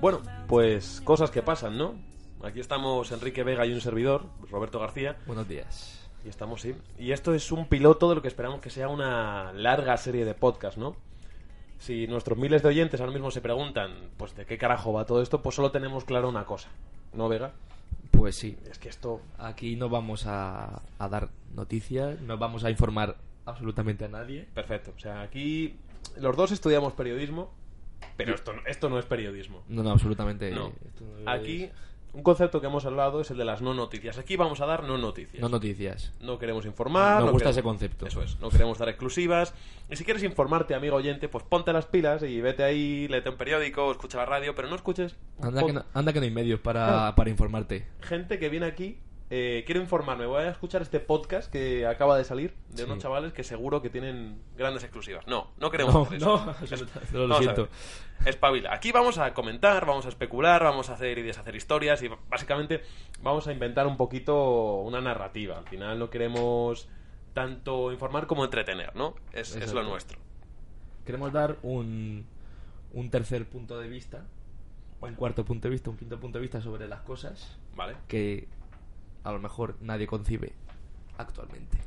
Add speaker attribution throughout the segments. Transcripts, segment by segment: Speaker 1: Bueno, pues cosas que pasan, ¿no? Aquí estamos Enrique Vega y un servidor, Roberto García,
Speaker 2: Buenos días.
Speaker 1: y estamos, sí. Y esto es un piloto de lo que esperamos que sea una larga serie de podcast, ¿no? Si nuestros miles de oyentes ahora mismo se preguntan, pues de qué carajo va todo esto, pues solo tenemos claro una cosa, ¿no, Vega?
Speaker 2: Pues sí,
Speaker 1: Es que esto
Speaker 2: aquí no vamos a, a dar noticias, no vamos a informar absolutamente a nadie.
Speaker 1: Perfecto. O sea, aquí los dos estudiamos periodismo, pero esto no, esto no es periodismo.
Speaker 2: No, no, absolutamente.
Speaker 1: No.
Speaker 2: esto no es-
Speaker 1: Aquí un concepto que hemos hablado es el de las no noticias. Aquí vamos a dar no noticias.
Speaker 2: No noticias.
Speaker 1: No queremos informar.
Speaker 2: Nos
Speaker 1: no
Speaker 2: gusta
Speaker 1: quere-
Speaker 2: ese concepto.
Speaker 1: Eso es. No queremos dar exclusivas. Y si quieres informarte, amigo oyente, pues ponte las pilas y vete ahí, léete un periódico, escucha la radio, pero no escuches.
Speaker 2: Anda
Speaker 1: pod-
Speaker 2: que, no, anda que no hay medios para,
Speaker 1: Claro.
Speaker 2: para informarte.
Speaker 1: Gente que viene aquí. eh, quiero informarme, voy a escuchar este podcast que acaba de salir de
Speaker 2: Sí.
Speaker 1: unos chavales que seguro que tienen grandes exclusivas. No, no queremos
Speaker 2: No,
Speaker 1: hacer eso.
Speaker 2: no, absolutamente, lo
Speaker 1: Vamos a
Speaker 2: siento.
Speaker 1: ver. Espabila. Aquí vamos a comentar, vamos a especular, vamos a hacer y deshacer historias y básicamente vamos a inventar un poquito una narrativa. Al final no queremos tanto informar como entretener, ¿no? Es, es lo
Speaker 2: Exacto.
Speaker 1: nuestro.
Speaker 2: Queremos dar un, un tercer punto de vista, un cuarto punto de vista, un quinto punto de vista sobre las cosas
Speaker 1: ¿Vale?
Speaker 2: que a lo mejor nadie concibe actualmente.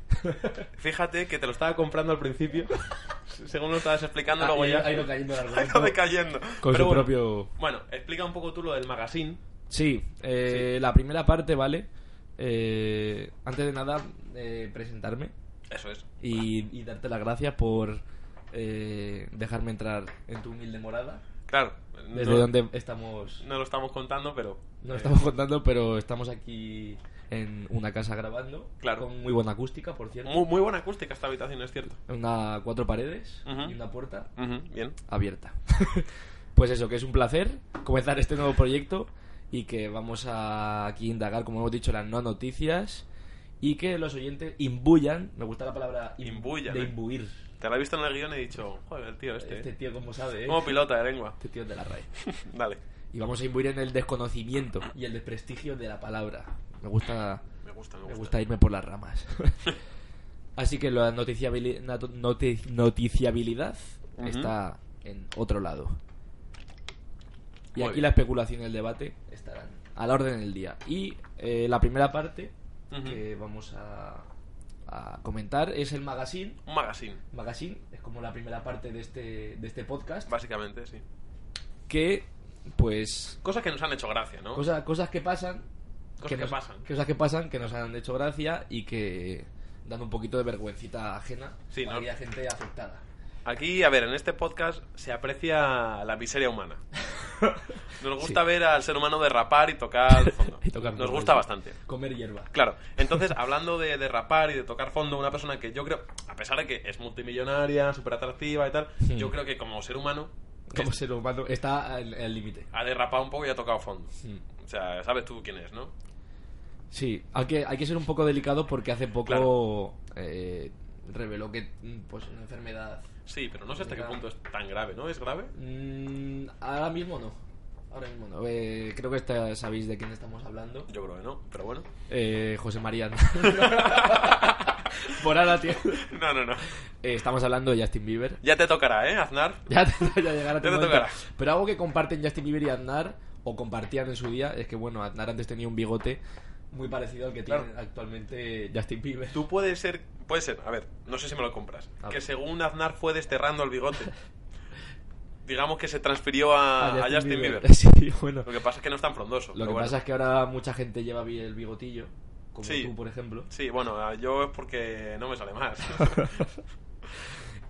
Speaker 1: Fíjate que te lo estaba comprando al principio. Según lo estabas explicando,
Speaker 2: Ah,
Speaker 1: luego
Speaker 2: y
Speaker 1: ya.
Speaker 2: ha ido cayendo el
Speaker 1: Ha
Speaker 2: argumento.
Speaker 1: ido decayendo.
Speaker 2: Con
Speaker 1: Pero
Speaker 2: su
Speaker 1: bueno,
Speaker 2: propio-
Speaker 1: Bueno, explica un poco tú lo del magazine.
Speaker 2: Sí, eh, la primera parte, ¿vale? Eh, antes de nada, eh, presentarme
Speaker 1: Eso es.
Speaker 2: y, y darte las gracias por eh, dejarme entrar en tu humilde morada.
Speaker 1: Claro.
Speaker 2: Desde
Speaker 1: no,
Speaker 2: donde estamos,
Speaker 1: no lo estamos contando, pero.
Speaker 2: no
Speaker 1: eh,
Speaker 2: estamos contando, pero estamos aquí en una casa grabando.
Speaker 1: Claro.
Speaker 2: Con muy buena acústica, por cierto.
Speaker 1: Muy, muy buena acústica esta habitación, es cierto.
Speaker 2: Una, cuatro paredes
Speaker 1: Ujú.
Speaker 2: y una puerta
Speaker 1: Ujú, bien.
Speaker 2: abierta. pues eso, que es un placer comenzar este nuevo proyecto y que vamos a aquí indagar, como hemos dicho, las no noticias y que los oyentes imbuyan, me gusta la palabra im-
Speaker 1: Imbuyan,
Speaker 2: de
Speaker 1: eh.
Speaker 2: imbuir.
Speaker 1: Te la he visto en el guión y he dicho, joder, el tío este.
Speaker 2: Este
Speaker 1: ¿eh?
Speaker 2: tío como sabe, ¿eh?
Speaker 1: Como pilota de lengua.
Speaker 2: Este tío es de la RAE.
Speaker 1: Dale.
Speaker 2: Y vamos a imbuir en el desconocimiento y el desprestigio de la palabra. Me gusta
Speaker 1: Me gusta, me
Speaker 2: me
Speaker 1: gusta.
Speaker 2: gusta irme por las ramas. Así que la noticiabili- nato- noti- noticiabilidad
Speaker 1: Ujú.
Speaker 2: está en otro lado. Y
Speaker 1: Muy
Speaker 2: aquí
Speaker 1: bien.
Speaker 2: la especulación y el debate estarán a la orden del día. Y eh, la primera parte
Speaker 1: Ujú.
Speaker 2: que vamos a, a comentar es el magazine.
Speaker 1: Un magazine,
Speaker 2: Magazine es como la primera parte de este, de este podcast.
Speaker 1: básicamente, sí.
Speaker 2: Que, pues,
Speaker 1: Cosas que nos han hecho gracia, ¿no?
Speaker 2: Cosa- cosas que pasan.
Speaker 1: Cosas que
Speaker 2: nos-
Speaker 1: pasan.
Speaker 2: Cosas que pasan, que nos han hecho gracia y que dan un poquito de vergüencita ajena
Speaker 1: Sí,
Speaker 2: a
Speaker 1: ¿no?
Speaker 2: la gente afectada.
Speaker 1: Aquí, a ver, en este podcast se aprecia la miseria humana. Nos gusta
Speaker 2: Sí.
Speaker 1: ver al ser humano derrapar y tocar fondo.
Speaker 2: Y tocar
Speaker 1: nos
Speaker 2: fondo,
Speaker 1: gusta
Speaker 2: sí.
Speaker 1: bastante.
Speaker 2: Comer hierba.
Speaker 1: Claro, entonces hablando de derrapar y de tocar fondo, una persona que yo creo, a pesar de que es multimillonaria, súper atractiva y tal,
Speaker 2: Sí.
Speaker 1: yo creo que como ser humano
Speaker 2: Como ser humano está al al límite.
Speaker 1: ha derrapado un poco y ha tocado fondo.
Speaker 2: Sí.
Speaker 1: O sea, sabes tú quién es, ¿no?
Speaker 2: Sí, aunque hay que ser un poco delicado porque hace poco
Speaker 1: Claro.
Speaker 2: eh, reveló que mm, pues una enfermedad.
Speaker 1: Sí, pero no sé hasta qué
Speaker 2: Claro.
Speaker 1: punto es tan grave, ¿no? ¿Es grave?
Speaker 2: Mm, ahora mismo no. Ahora mismo no. Eh, creo que está- sabéis de quién estamos hablando.
Speaker 1: Yo creo que no, pero bueno.
Speaker 2: Eh, José María. no. Por ahora, tío.
Speaker 1: No, no, no.
Speaker 2: Eh, estamos hablando de Justin Bieber.
Speaker 1: Ya te tocará, ¿eh, Aznar?
Speaker 2: Ya, te- ya llegará tu
Speaker 1: Ya te
Speaker 2: momento.
Speaker 1: tocará.
Speaker 2: Pero algo que comparten Justin Bieber y Aznar, o compartían en su día, es que bueno, Aznar antes tenía un bigote muy parecido al que
Speaker 1: Claro.
Speaker 2: tiene actualmente Justin Bieber.
Speaker 1: Tú puedes ser, puede ser, a ver, no sé si me lo compras,
Speaker 2: A
Speaker 1: que
Speaker 2: ver.
Speaker 1: según Aznar fue desterrando el bigote. Digamos que se transfirió a, a Justin, Bieber.
Speaker 2: Sí, bueno.
Speaker 1: Lo que pasa es que no es tan frondoso.
Speaker 2: Lo que pasa es que ahora mucha gente lleva bi- el bigotillo, como
Speaker 1: Sí.
Speaker 2: tú, por ejemplo.
Speaker 1: Sí, bueno, a- yo es porque no me sale más.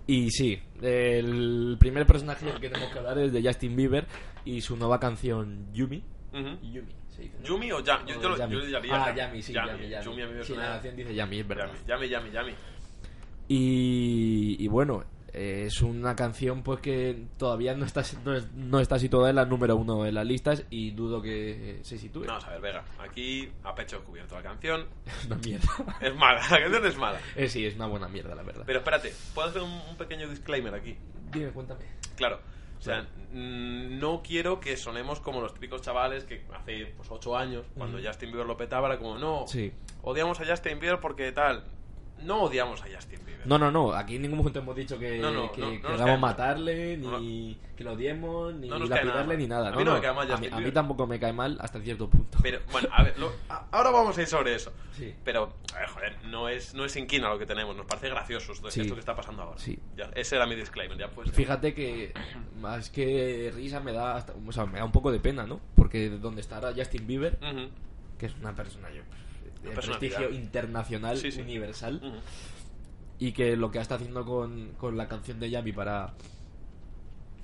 Speaker 2: Y sí, el primer personaje del que tenemos que hablar es de Justin Bieber y su nueva canción Yumi.
Speaker 1: Ujú.
Speaker 2: Yumi, se dice. ¿no?
Speaker 1: Yumi o Yami, yo, yo lo-
Speaker 2: Yami.
Speaker 1: yo le llamaría.
Speaker 2: Ah, Yami, sí, Yami. Yami,
Speaker 1: Yumi a mí me
Speaker 2: Sí,
Speaker 1: suena-
Speaker 2: la canción dice Yami, es verdad.
Speaker 1: Yami, Yami, Yami, Yami.
Speaker 2: Y, y bueno, eh, es una canción pues que todavía no está, no, es- no está situada en la número uno de las listas y dudo que eh, se sitúe.
Speaker 1: Vamos a ver, Vega. Aquí a pecho cubierto la canción.
Speaker 2: Es una mierda.
Speaker 1: Es mala, la canción es mala.
Speaker 2: Eh, sí, es una buena mierda, la verdad.
Speaker 1: Pero espérate, puedo hacer un, un pequeño disclaimer aquí.
Speaker 2: Dime, cuéntame.
Speaker 1: Claro. O sea,
Speaker 2: Claro.
Speaker 1: mm, no quiero que sonemos como los típicos chavales que hace pues ocho años, cuando
Speaker 2: Ujú.
Speaker 1: Oh. Justin Bieber lo petaba, era como, no,
Speaker 2: Sí.
Speaker 1: odiamos a Justin Bieber porque tal. No odiamos a Justin Bieber.
Speaker 2: No, no, no. Aquí en ningún momento hemos dicho que,
Speaker 1: No, no,
Speaker 2: que
Speaker 1: no, no nos
Speaker 2: queramos
Speaker 1: cae mal.
Speaker 2: matarle,
Speaker 1: No,
Speaker 2: ni que lo odiemos, ni
Speaker 1: No nos cae nada
Speaker 2: lapidarle,
Speaker 1: mal.
Speaker 2: ni nada.
Speaker 1: A mí no me cae mal
Speaker 2: a, mí,
Speaker 1: Justin
Speaker 2: a mí
Speaker 1: Bieber.
Speaker 2: tampoco me cae mal hasta cierto punto.
Speaker 1: Pero, bueno, a ver, lo- a- ahora vamos a ir sobre eso.
Speaker 2: Sí.
Speaker 1: Pero, a ver, joder, no es, no es inquina lo que tenemos, nos parece gracioso esto,
Speaker 2: Sí.
Speaker 1: esto que está pasando ahora.
Speaker 2: Sí.
Speaker 1: Ya, ese era mi disclaimer, ya pues.
Speaker 2: Fíjate que más que risa me da, hasta- o sea, me da un poco de pena, ¿no? Porque donde está ahora Justin Bieber,
Speaker 1: Ujú,
Speaker 2: que es una persona yo, pues, de
Speaker 1: personalidad.
Speaker 2: prestigio internacional,
Speaker 1: Sí, Mm. sí.
Speaker 2: universal,
Speaker 1: ujú.
Speaker 2: y que lo que está haciendo con, con la canción de Yami para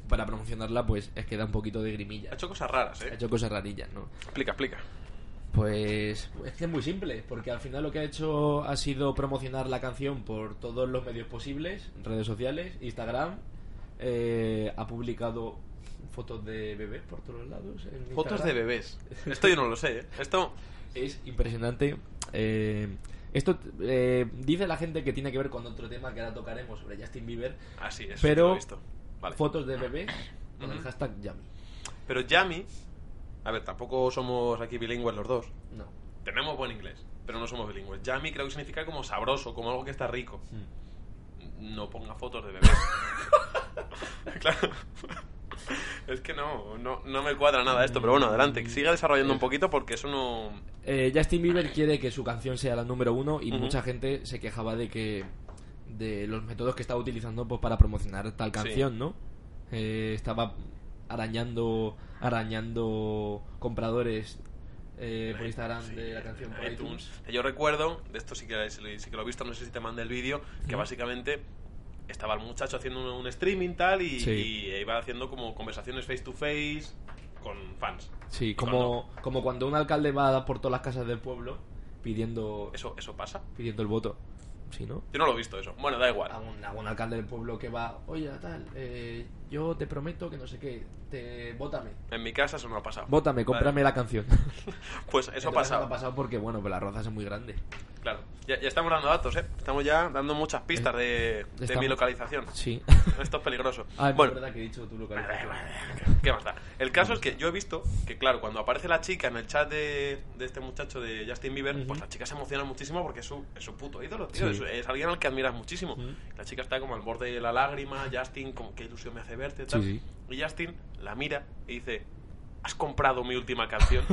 Speaker 2: para promocionarla, pues es que da un poquito de grimilla.
Speaker 1: Ha hecho cosas raras,
Speaker 2: Ha
Speaker 1: ¿eh?
Speaker 2: hecho cosas rarillas, ¿no?
Speaker 1: Explica, explica.
Speaker 2: Pues es que es muy simple, porque al final lo que ha hecho ha sido promocionar la canción por todos los medios posibles, redes sociales, Instagram, eh, ha publicado fotos de bebés por todos lados. en
Speaker 1: Fotos de
Speaker 2: Instagram.
Speaker 1: bebés. Esto yo no lo sé, ¿eh? Esto...
Speaker 2: Es impresionante. eh, esto eh, dice la gente que tiene que ver con otro tema que ahora tocaremos sobre Justin Bieber,
Speaker 1: Así es.
Speaker 2: Pero-
Speaker 1: lo he visto. Vale.
Speaker 2: fotos de bebés con el
Speaker 1: Ujú.
Speaker 2: hashtag Yami.
Speaker 1: Pero Yami... A ver, tampoco somos aquí bilingües los dos.
Speaker 2: No.
Speaker 1: Tenemos buen inglés, pero no somos bilingües. Yami creo que significa como sabroso, como algo que está rico. No ponga fotos de bebés. claro. Es que no, no, no me cuadra nada esto, pero bueno, adelante, que siga desarrollando un poquito porque eso no...
Speaker 2: Eh, Justin Bieber quiere que su canción sea la número uno y
Speaker 1: Ujú.
Speaker 2: mucha gente se quejaba de que de los métodos que estaba utilizando pues, para promocionar tal canción, ¿no? Eh, estaba arañando arañando compradores eh, por Instagram
Speaker 1: Sí,
Speaker 2: de la canción por iTunes.
Speaker 1: Yo recuerdo, de esto sí que, sí que lo he visto, no sé si te mandé el vídeo, que
Speaker 2: Ujú.
Speaker 1: básicamente estaba el muchacho haciendo un, un streaming tal y,
Speaker 2: Sí.
Speaker 1: y iba haciendo como conversaciones face to face con fans.
Speaker 2: Sí,
Speaker 1: Y
Speaker 2: como, como cuando un alcalde va por todas las casas del pueblo pidiendo
Speaker 1: ¿Eso, ¿Eso pasa?
Speaker 2: pidiendo el voto. ¿Sí, no?
Speaker 1: Yo no lo he visto eso. Bueno, da igual.
Speaker 2: a un, a un alcalde del pueblo que va, oye, tal, eh, yo te prometo que no sé qué, te vótame.
Speaker 1: En mi casa eso no ha pasado.
Speaker 2: Vótame,
Speaker 1: Vale.
Speaker 2: cómprame la canción.
Speaker 1: Pues eso ha pasado.
Speaker 2: ha pasado porque, bueno, pues la roza es muy grande.
Speaker 1: Claro. Ya, ya estamos dando datos, ¿eh? Estamos ya dando muchas pistas de, de
Speaker 2: Estamos-
Speaker 1: mi localización.
Speaker 2: Sí.
Speaker 1: Esto es peligroso.
Speaker 2: Ah, es
Speaker 1: bueno,
Speaker 2: verdad que he dicho tú lo que
Speaker 1: vale, vale, ¿qué más da? El caso es que yo he visto que, claro, cuando aparece la chica en el chat de, de este muchacho de Justin Bieber,
Speaker 2: Ujú.
Speaker 1: pues la chica se emociona muchísimo porque es su, es su puto ídolo, tío.
Speaker 2: Sí.
Speaker 1: Es, es alguien al que admiras muchísimo.
Speaker 2: Ujú.
Speaker 1: La chica está como al borde de la lágrima, Justin, como qué ilusión me hace verte, tal.
Speaker 2: Sí,
Speaker 1: Y Justin la mira y dice, has comprado mi última canción.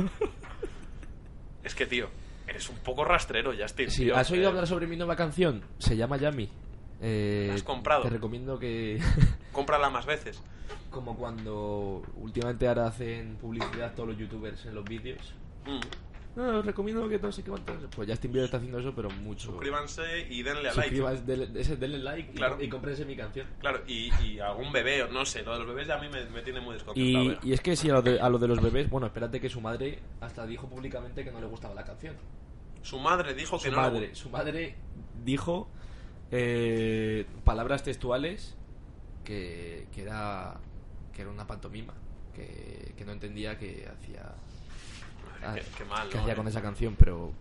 Speaker 1: es que, tío, eres un poco rastrero, Justin.
Speaker 2: Sí,
Speaker 1: tío.
Speaker 2: ¿Has
Speaker 1: Eh,
Speaker 2: oído hablar sobre mi nueva canción? Se llama Yami. Eh,
Speaker 1: ¿La has comprado?
Speaker 2: Te recomiendo que...
Speaker 1: Cómprala más veces.
Speaker 2: como cuando últimamente ahora hacen publicidad todos los youtubers en los vídeos.
Speaker 1: Mm.
Speaker 2: No, os recomiendo que no sé qué cuánto... Pues Justin Bieber está haciendo eso, pero mucho.
Speaker 1: Suscríbanse y denle a like.
Speaker 2: Suscribas, dele, ese- denle like y-
Speaker 1: Claro.
Speaker 2: y cómprense mi canción.
Speaker 1: Claro, y, y algún bebé, o no sé, lo de los bebés ya a mí me, me tiene muy desconcertado.
Speaker 2: Y,
Speaker 1: ¿eh?
Speaker 2: y es que sí, a lo, de, a lo de los bebés, bueno, espérate que su madre hasta dijo públicamente que no le gustaba la canción.
Speaker 1: Su madre dijo que
Speaker 2: Su
Speaker 1: no.
Speaker 2: madre, su madre dijo eh, palabras textuales que, que era que era una pantomima, que, que no entendía que hacía
Speaker 1: Madre, Qué, qué mal.
Speaker 2: que
Speaker 1: ¿no?
Speaker 2: hacía con esa canción, pero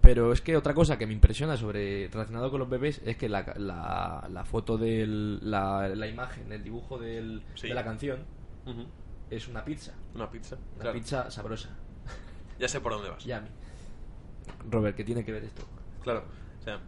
Speaker 2: pero es que otra cosa que me impresiona sobre relacionado con los bebés es que la, la, la foto de la, la imagen, el dibujo del-
Speaker 1: Sí.
Speaker 2: de la canción
Speaker 1: Ujú.
Speaker 2: es una pizza.
Speaker 1: Una pizza.
Speaker 2: Una
Speaker 1: claro.
Speaker 2: pizza sabrosa.
Speaker 1: Ya sé por dónde vas.
Speaker 2: Yami. Robert, ¿qué tiene que ver esto?
Speaker 1: Claro. O sea,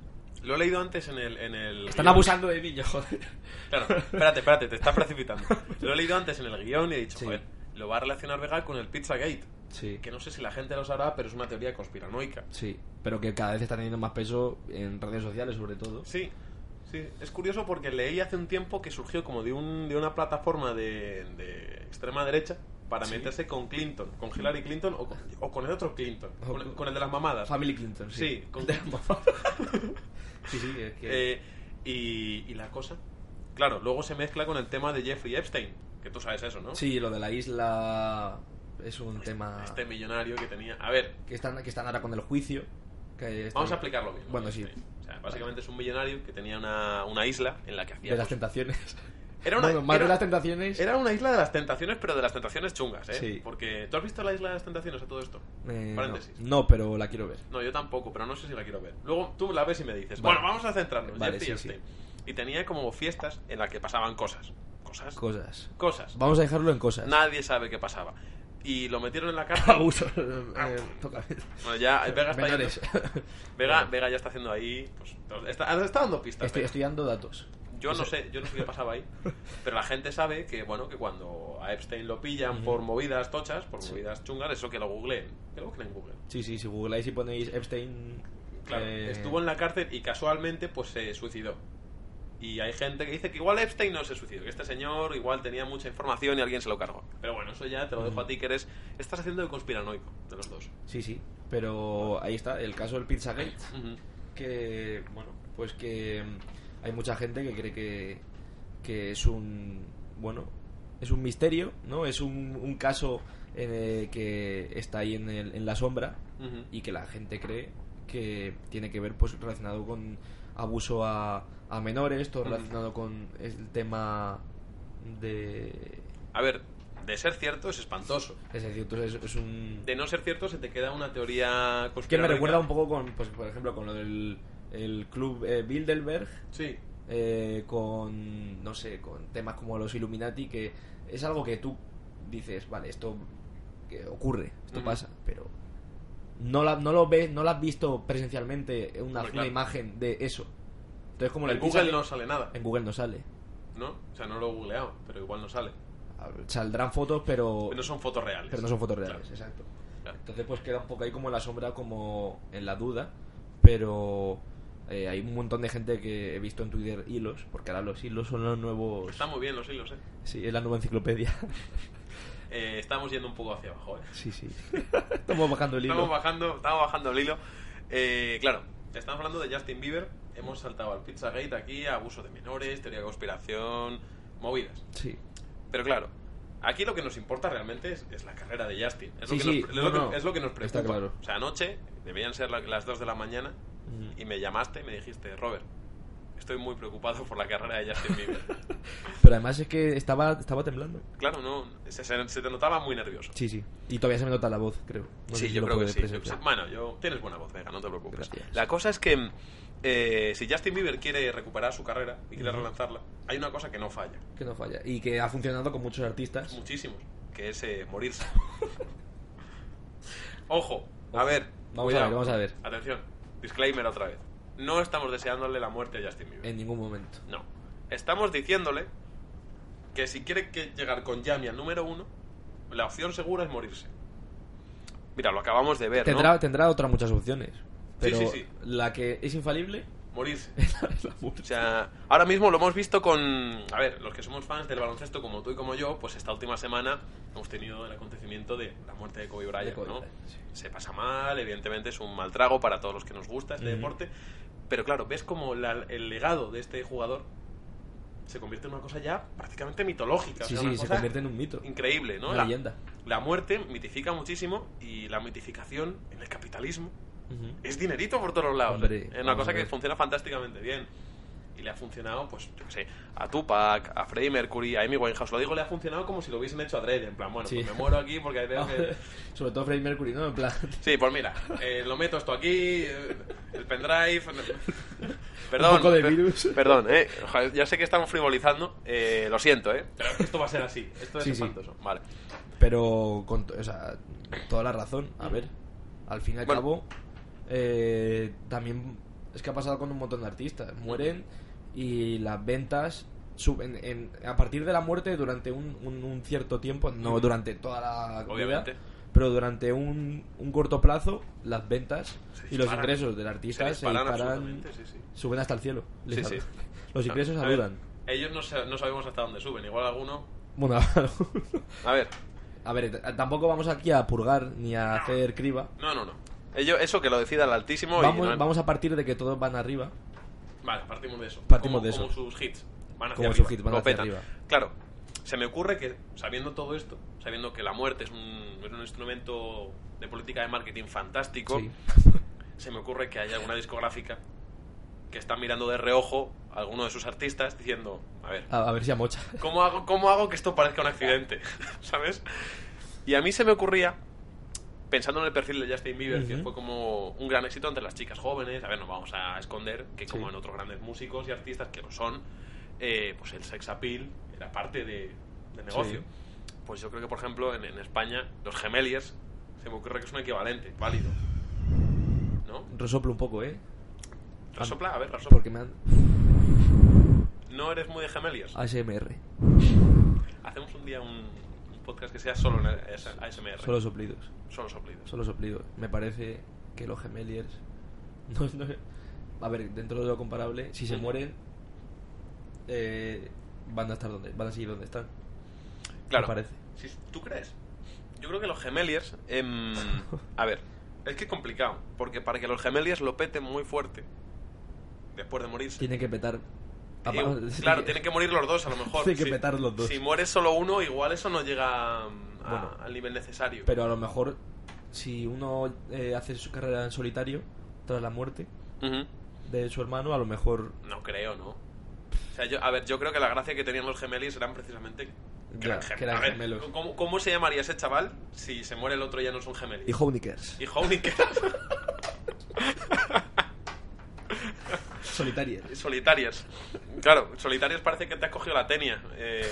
Speaker 1: lo he leído antes en el. En el
Speaker 2: Están
Speaker 1: guión.
Speaker 2: abusando de niños, joder.
Speaker 1: Claro, espérate, espérate, te estás precipitando. Lo he leído antes en el guión y he dicho,
Speaker 2: Sí.
Speaker 1: joder, lo va a relacionar Vega con el Pizzagate.
Speaker 2: Sí.
Speaker 1: Que no sé si la gente lo sabrá, pero es una teoría conspiranoica.
Speaker 2: Sí, pero que cada vez está teniendo más peso en redes sociales, sobre todo.
Speaker 1: Sí, sí. Es curioso porque leí hace un tiempo que surgió como de, un, de una plataforma de, de extrema derecha para
Speaker 2: Sí.
Speaker 1: meterse con Clinton, con Hillary Clinton o con, o con el otro Clinton,
Speaker 2: O
Speaker 1: con,
Speaker 2: con-
Speaker 1: con el de las mamadas.
Speaker 2: Family Clinton, sí.
Speaker 1: Sí, con-
Speaker 2: De ambas. sí, sí, es que.
Speaker 1: Eh, y, y la cosa, claro, luego se mezcla con el tema de Jeffrey Epstein, que tú sabes eso, ¿no?
Speaker 2: Sí, lo de la isla es un tema
Speaker 1: Este millonario que tenía... A ver,
Speaker 2: que, están, que están ahora con el juicio. que están-
Speaker 1: vamos a explicarlo bien. ¿no?
Speaker 2: Bueno, sí.
Speaker 1: O sea, básicamente es un millonario que tenía una, una isla en la que hacía...
Speaker 2: De las
Speaker 1: pues,
Speaker 2: tentaciones.
Speaker 1: era una,
Speaker 2: Bueno, más
Speaker 1: era-
Speaker 2: de las tentaciones.
Speaker 1: Era una isla de las tentaciones, pero de las tentaciones chungas, ¿eh?
Speaker 2: Sí.
Speaker 1: Porque tú has visto la isla de las tentaciones a todo esto.
Speaker 2: Eh, no.
Speaker 1: Paréntesis. No.
Speaker 2: no, pero la quiero ver.
Speaker 1: yo tampoco, pero no sé si la quiero ver. Luego tú la ves y me dices,
Speaker 2: Vale.
Speaker 1: bueno, vamos a centrarnos.
Speaker 2: Vale,
Speaker 1: Jeffrey
Speaker 2: sí,
Speaker 1: Epstein. Y tenía como fiestas en las que pasaban cosas. Cosas.
Speaker 2: Cosas.
Speaker 1: cosas.
Speaker 2: Vamos a dejarlo en cosas.
Speaker 1: Nadie sabe qué pasaba. y lo metieron en la cárcel.
Speaker 2: Abuso. eh, toca.
Speaker 1: Bueno, ya Vega está,
Speaker 2: Menores.
Speaker 1: yendo- Vega, Vega ya está haciendo ahí. Pues, está, está dando pistas.
Speaker 2: Estoy,
Speaker 1: Vega.
Speaker 2: estoy dando datos.
Speaker 1: Yo no sé, yo no sé qué pasaba ahí. Pero la gente sabe que, bueno, que cuando a Epstein lo pillan por movidas tochas, por movidas chungas, eso que lo googleen. Que lo busquen en Google.
Speaker 2: Sí, sí, si googleáis y ponéis Epstein.
Speaker 1: Claro,
Speaker 2: eh,
Speaker 1: estuvo en la cárcel y casualmente pues se suicidó. Y hay gente que dice que igual Epstein no se suicidó, que este señor igual tenía mucha información y alguien se lo cargó. Pero bueno, eso ya te lo dejo a ti que eres... Estás haciendo el conspiranoico de los dos.
Speaker 2: Sí, sí. Pero ahí está, el caso del Pizzagate.
Speaker 1: Ujú.
Speaker 2: Que, bueno, pues que mm, hay mucha gente que cree que, que es un. Bueno, es un misterio, ¿no? Es un, un caso eh, que está ahí en, el- en la sombra
Speaker 1: Ujú.
Speaker 2: y que la gente cree que tiene que ver, pues, relacionado con abuso a, a menores, todo
Speaker 1: Ujú.
Speaker 2: relacionado con el tema de.
Speaker 1: A ver, de ser cierto es espantoso.
Speaker 2: Es decir, tú es, es un.
Speaker 1: De no ser cierto se te queda una teoría
Speaker 2: Que me
Speaker 1: conspiranoica.
Speaker 2: recuerda un poco con, pues, por ejemplo, con lo del el club eh, Bilderberg,
Speaker 1: Sí,
Speaker 2: eh, con, no sé, con temas como los Illuminati, que es algo que tú dices, vale, esto que ocurre, esto
Speaker 1: Ujú.
Speaker 2: pasa, pero no, la, no lo ves, no lo has visto presencialmente en una,
Speaker 1: Hombre,
Speaker 2: una
Speaker 1: claro.
Speaker 2: imagen de eso. Entonces, como
Speaker 1: en
Speaker 2: el Pizzagate-
Speaker 1: Google no sale nada,
Speaker 2: en Google no sale.
Speaker 1: ¿no? O sea, no lo he googleado, pero igual no sale.
Speaker 2: Saldrán fotos, pero,
Speaker 1: Pero no son fotos reales.
Speaker 2: Oh. pero no son fotos reales,
Speaker 1: Claro,
Speaker 2: exacto.
Speaker 1: claro.
Speaker 2: Entonces pues queda un poco ahí como en la sombra, como en la duda, pero eh, hay un montón de gente que he visto en Twitter hilos, porque ahora los hilos son los nuevos...
Speaker 1: Está muy bien los hilos, ¿eh?
Speaker 2: Sí, es la nueva enciclopedia.
Speaker 1: Eh, Estamos yendo un poco hacia abajo, ¿eh?
Speaker 2: sí, sí. Estamos bajando el hilo.
Speaker 1: Estamos bajando, estamos bajando el hilo. Eh, claro, estamos hablando de Justin Bieber. Hemos saltado al Pizzagate aquí, a abuso de menores, teoría de conspiración, movidas.
Speaker 2: Sí.
Speaker 1: Pero claro, aquí lo que nos importa realmente es, es la carrera de Justin. Es,
Speaker 2: Sí,
Speaker 1: lo, que
Speaker 2: sí,
Speaker 1: nos,
Speaker 2: no,
Speaker 1: es lo que-
Speaker 2: no.
Speaker 1: es lo que nos preocupa.
Speaker 2: Está claro.
Speaker 1: O sea, anoche debían ser la- las 2 de la mañana
Speaker 2: Mm,
Speaker 1: y me llamaste y me dijiste, Robert, estoy muy preocupado por la carrera de Justin Bieber.
Speaker 2: Pero además es que estaba, estaba temblando.
Speaker 1: claro, no, se, se- se te notaba muy nervioso.
Speaker 2: Sí, sí. Y todavía se me nota la voz, creo. No sé
Speaker 1: sí,
Speaker 2: si
Speaker 1: yo
Speaker 2: lo
Speaker 1: creo que
Speaker 2: puedes
Speaker 1: sí. Yo-
Speaker 2: presenciar.
Speaker 1: bueno, yo, tienes buena voz, Vega, no te preocupes.
Speaker 2: Gracias.
Speaker 1: La cosa es que eh, si Justin Bieber quiere recuperar su carrera y quiere relanzarla, hay una cosa que no falla,
Speaker 2: Que no falla. Y que ha funcionado con muchos artistas.
Speaker 1: muchísimos, que es eh, morirse. Ojo, a ver.
Speaker 2: Vamos
Speaker 1: cuidado.
Speaker 2: a ver, vamos a ver.
Speaker 1: Atención, disclaimer otra vez. No estamos deseándole la muerte a Justin Bieber.
Speaker 2: En ningún momento.
Speaker 1: No. Estamos diciéndole que si quiere que llegar con Yami al número uno, la opción segura es morirse. Mira, lo acabamos de ver, ¿no?
Speaker 2: Tendrá, tendrá otras muchas opciones. Pero
Speaker 1: sí, sí.
Speaker 2: la que es infalible
Speaker 1: Morirse.
Speaker 2: es la
Speaker 1: O
Speaker 2: muerte.
Speaker 1: sea, ahora mismo lo hemos visto con. A ver, los que somos fans del baloncesto como tú y como yo, pues esta última semana hemos tenido el acontecimiento de la muerte de Kobe Bryant,
Speaker 2: De Kobe
Speaker 1: ¿no?
Speaker 2: Bryant, sí.
Speaker 1: Se pasa mal, evidentemente es un mal trago para todos los que nos gusta este
Speaker 2: Ujú.
Speaker 1: deporte, pero claro, ves como la- el legado de este jugador se convierte en una cosa ya prácticamente mitológica. o
Speaker 2: Sí,
Speaker 1: sea,
Speaker 2: sí,
Speaker 1: una
Speaker 2: se
Speaker 1: cosa
Speaker 2: convierte en un mito.
Speaker 1: increíble, ¿no?
Speaker 2: Una
Speaker 1: La-
Speaker 2: leyenda.
Speaker 1: la muerte mitifica muchísimo y la mitificación en el capitalismo
Speaker 2: Ujú.
Speaker 1: es dinerito por todos lados.
Speaker 2: Hombre,
Speaker 1: es una
Speaker 2: vamos
Speaker 1: cosa
Speaker 2: a
Speaker 1: que
Speaker 2: ver.
Speaker 1: funciona fantásticamente bien. Y le ha funcionado, pues, yo qué sé, a Tupac, a Freddie Mercury, a Amy Winehouse. Lo digo, le ha funcionado como si lo hubiesen hecho a Dredd. En plan, bueno,
Speaker 2: Sí.
Speaker 1: pues me muero aquí porque veo que...
Speaker 2: Sobre todo Freddie Mercury, ¿no? En plan.
Speaker 1: Sí, pues mira, eh, lo meto esto aquí, eh, el pendrive... Perdón,
Speaker 2: Un poco de
Speaker 1: per-
Speaker 2: virus.
Speaker 1: perdón, eh, Ojalá- ya sé que estamos frivolizando, eh, lo siento, eh, pero esto va a ser así, esto es
Speaker 2: Sí, sí.
Speaker 1: espantoso. Vale.
Speaker 2: Pero con to- o sea, toda la razón. A ver, al fin y al
Speaker 1: Bueno.
Speaker 2: cabo, eh, también es que ha pasado con un montón de artistas. Mueren y las ventas suben. En- a partir de la muerte, durante un, un- un cierto tiempo, no durante toda la vida,
Speaker 1: Obviamente.
Speaker 2: pero durante un, un corto plazo, las ventas
Speaker 1: Se
Speaker 2: y los
Speaker 1: disparan.
Speaker 2: ingresos del artista se disparan,
Speaker 1: absolutamente, sí, sí.
Speaker 2: suben hasta el cielo.
Speaker 1: Sí,
Speaker 2: les-
Speaker 1: sí.
Speaker 2: Los ingresos
Speaker 1: A ver,
Speaker 2: adulan.
Speaker 1: Ellos no, sa- no sabemos hasta dónde suben, igual alguno...
Speaker 2: Bueno,
Speaker 1: A ver,
Speaker 2: a ver, t- tampoco vamos aquí a purgar ni a hacer criba.
Speaker 1: No, no, no. Ello- eso que lo decida el altísimo
Speaker 2: Vamos,
Speaker 1: y no-
Speaker 2: vamos a partir de que todos van arriba.
Speaker 1: Vale, partimos de eso.
Speaker 2: Partimos
Speaker 1: como,
Speaker 2: de eso.
Speaker 1: Como sus hits. Van hacia
Speaker 2: Como
Speaker 1: arriba,
Speaker 2: sus hits van
Speaker 1: lo
Speaker 2: hacia
Speaker 1: petan.
Speaker 2: arriba.
Speaker 1: Claro. Se me ocurre que, sabiendo todo esto, sabiendo que la muerte es un, es un instrumento de política de marketing fantástico,
Speaker 2: Sí.
Speaker 1: se me ocurre que hay alguna discográfica que está mirando de reojo a alguno de sus artistas diciendo, a ver,
Speaker 2: A, a ver si amocha.
Speaker 1: ¿Cómo hago, ¿Cómo hago que esto parezca un accidente? ¿Sabes? Y a mí se me ocurría, pensando en el perfil de Justin Bieber, que
Speaker 2: Ujú.
Speaker 1: fue como un gran éxito entre las chicas jóvenes, a ver, no vamos a esconder que como
Speaker 2: Sí.
Speaker 1: en otros grandes músicos y artistas que lo son, eh, pues el sex appeal era parte de, de negocio. pues yo creo que, por ejemplo, en, en España, los gemeliers, se me ocurre que es un equivalente, válido. ¿No?
Speaker 2: Resoplo un poco, ¿eh?
Speaker 1: Resopla, a ver, resopla.
Speaker 2: Porque me han...
Speaker 1: No eres muy de gemeliers.
Speaker 2: Ah. ASMR.
Speaker 1: Hacemos un día un, un podcast que sea solo en AS- ASMR.
Speaker 2: Solo soplidos.
Speaker 1: Solo soplidos.
Speaker 2: Solo soplidos. Me parece que los gemeliers... No, no- A ver, dentro de lo comparable, si se
Speaker 1: Ujú.
Speaker 2: mueren, eh, van a estar donde... Van a seguir donde están.
Speaker 1: Claro.
Speaker 2: Me parece.
Speaker 1: Sí, ¿Tú crees? Yo creo que los gemeliers... em, a ver, es que es complicado. Porque para que los gemeliers lo peten muy fuerte después de morirse...
Speaker 2: Tienen que petar.
Speaker 1: Eh, claro, tienen que morir los dos a lo mejor.
Speaker 2: Tienen que
Speaker 1: Si-
Speaker 2: petar los dos.
Speaker 1: Si muere solo uno, igual eso no llega mm, a-
Speaker 2: Bueno.
Speaker 1: al nivel necesario.
Speaker 2: Pero a lo mejor, si uno eh, hace su carrera en solitario, tras la muerte
Speaker 1: Ujú.
Speaker 2: de su hermano, a lo mejor...
Speaker 1: No creo, ¿no? O sea, yo, a ver, yo creo que la gracia que tenían los gemelis eran precisamente que
Speaker 2: Ya,
Speaker 1: eran, gem-
Speaker 2: que eran
Speaker 1: a ver,
Speaker 2: gemelos.
Speaker 1: ¿cómo, cómo se llamaría ese chaval si se muere el otro y ya no son gemelis?
Speaker 2: Y Hounickers.
Speaker 1: Y Hounicker.
Speaker 2: Solitaria.
Speaker 1: solitarias. Claro, solitarias parece que te has cogido la tenia. eh.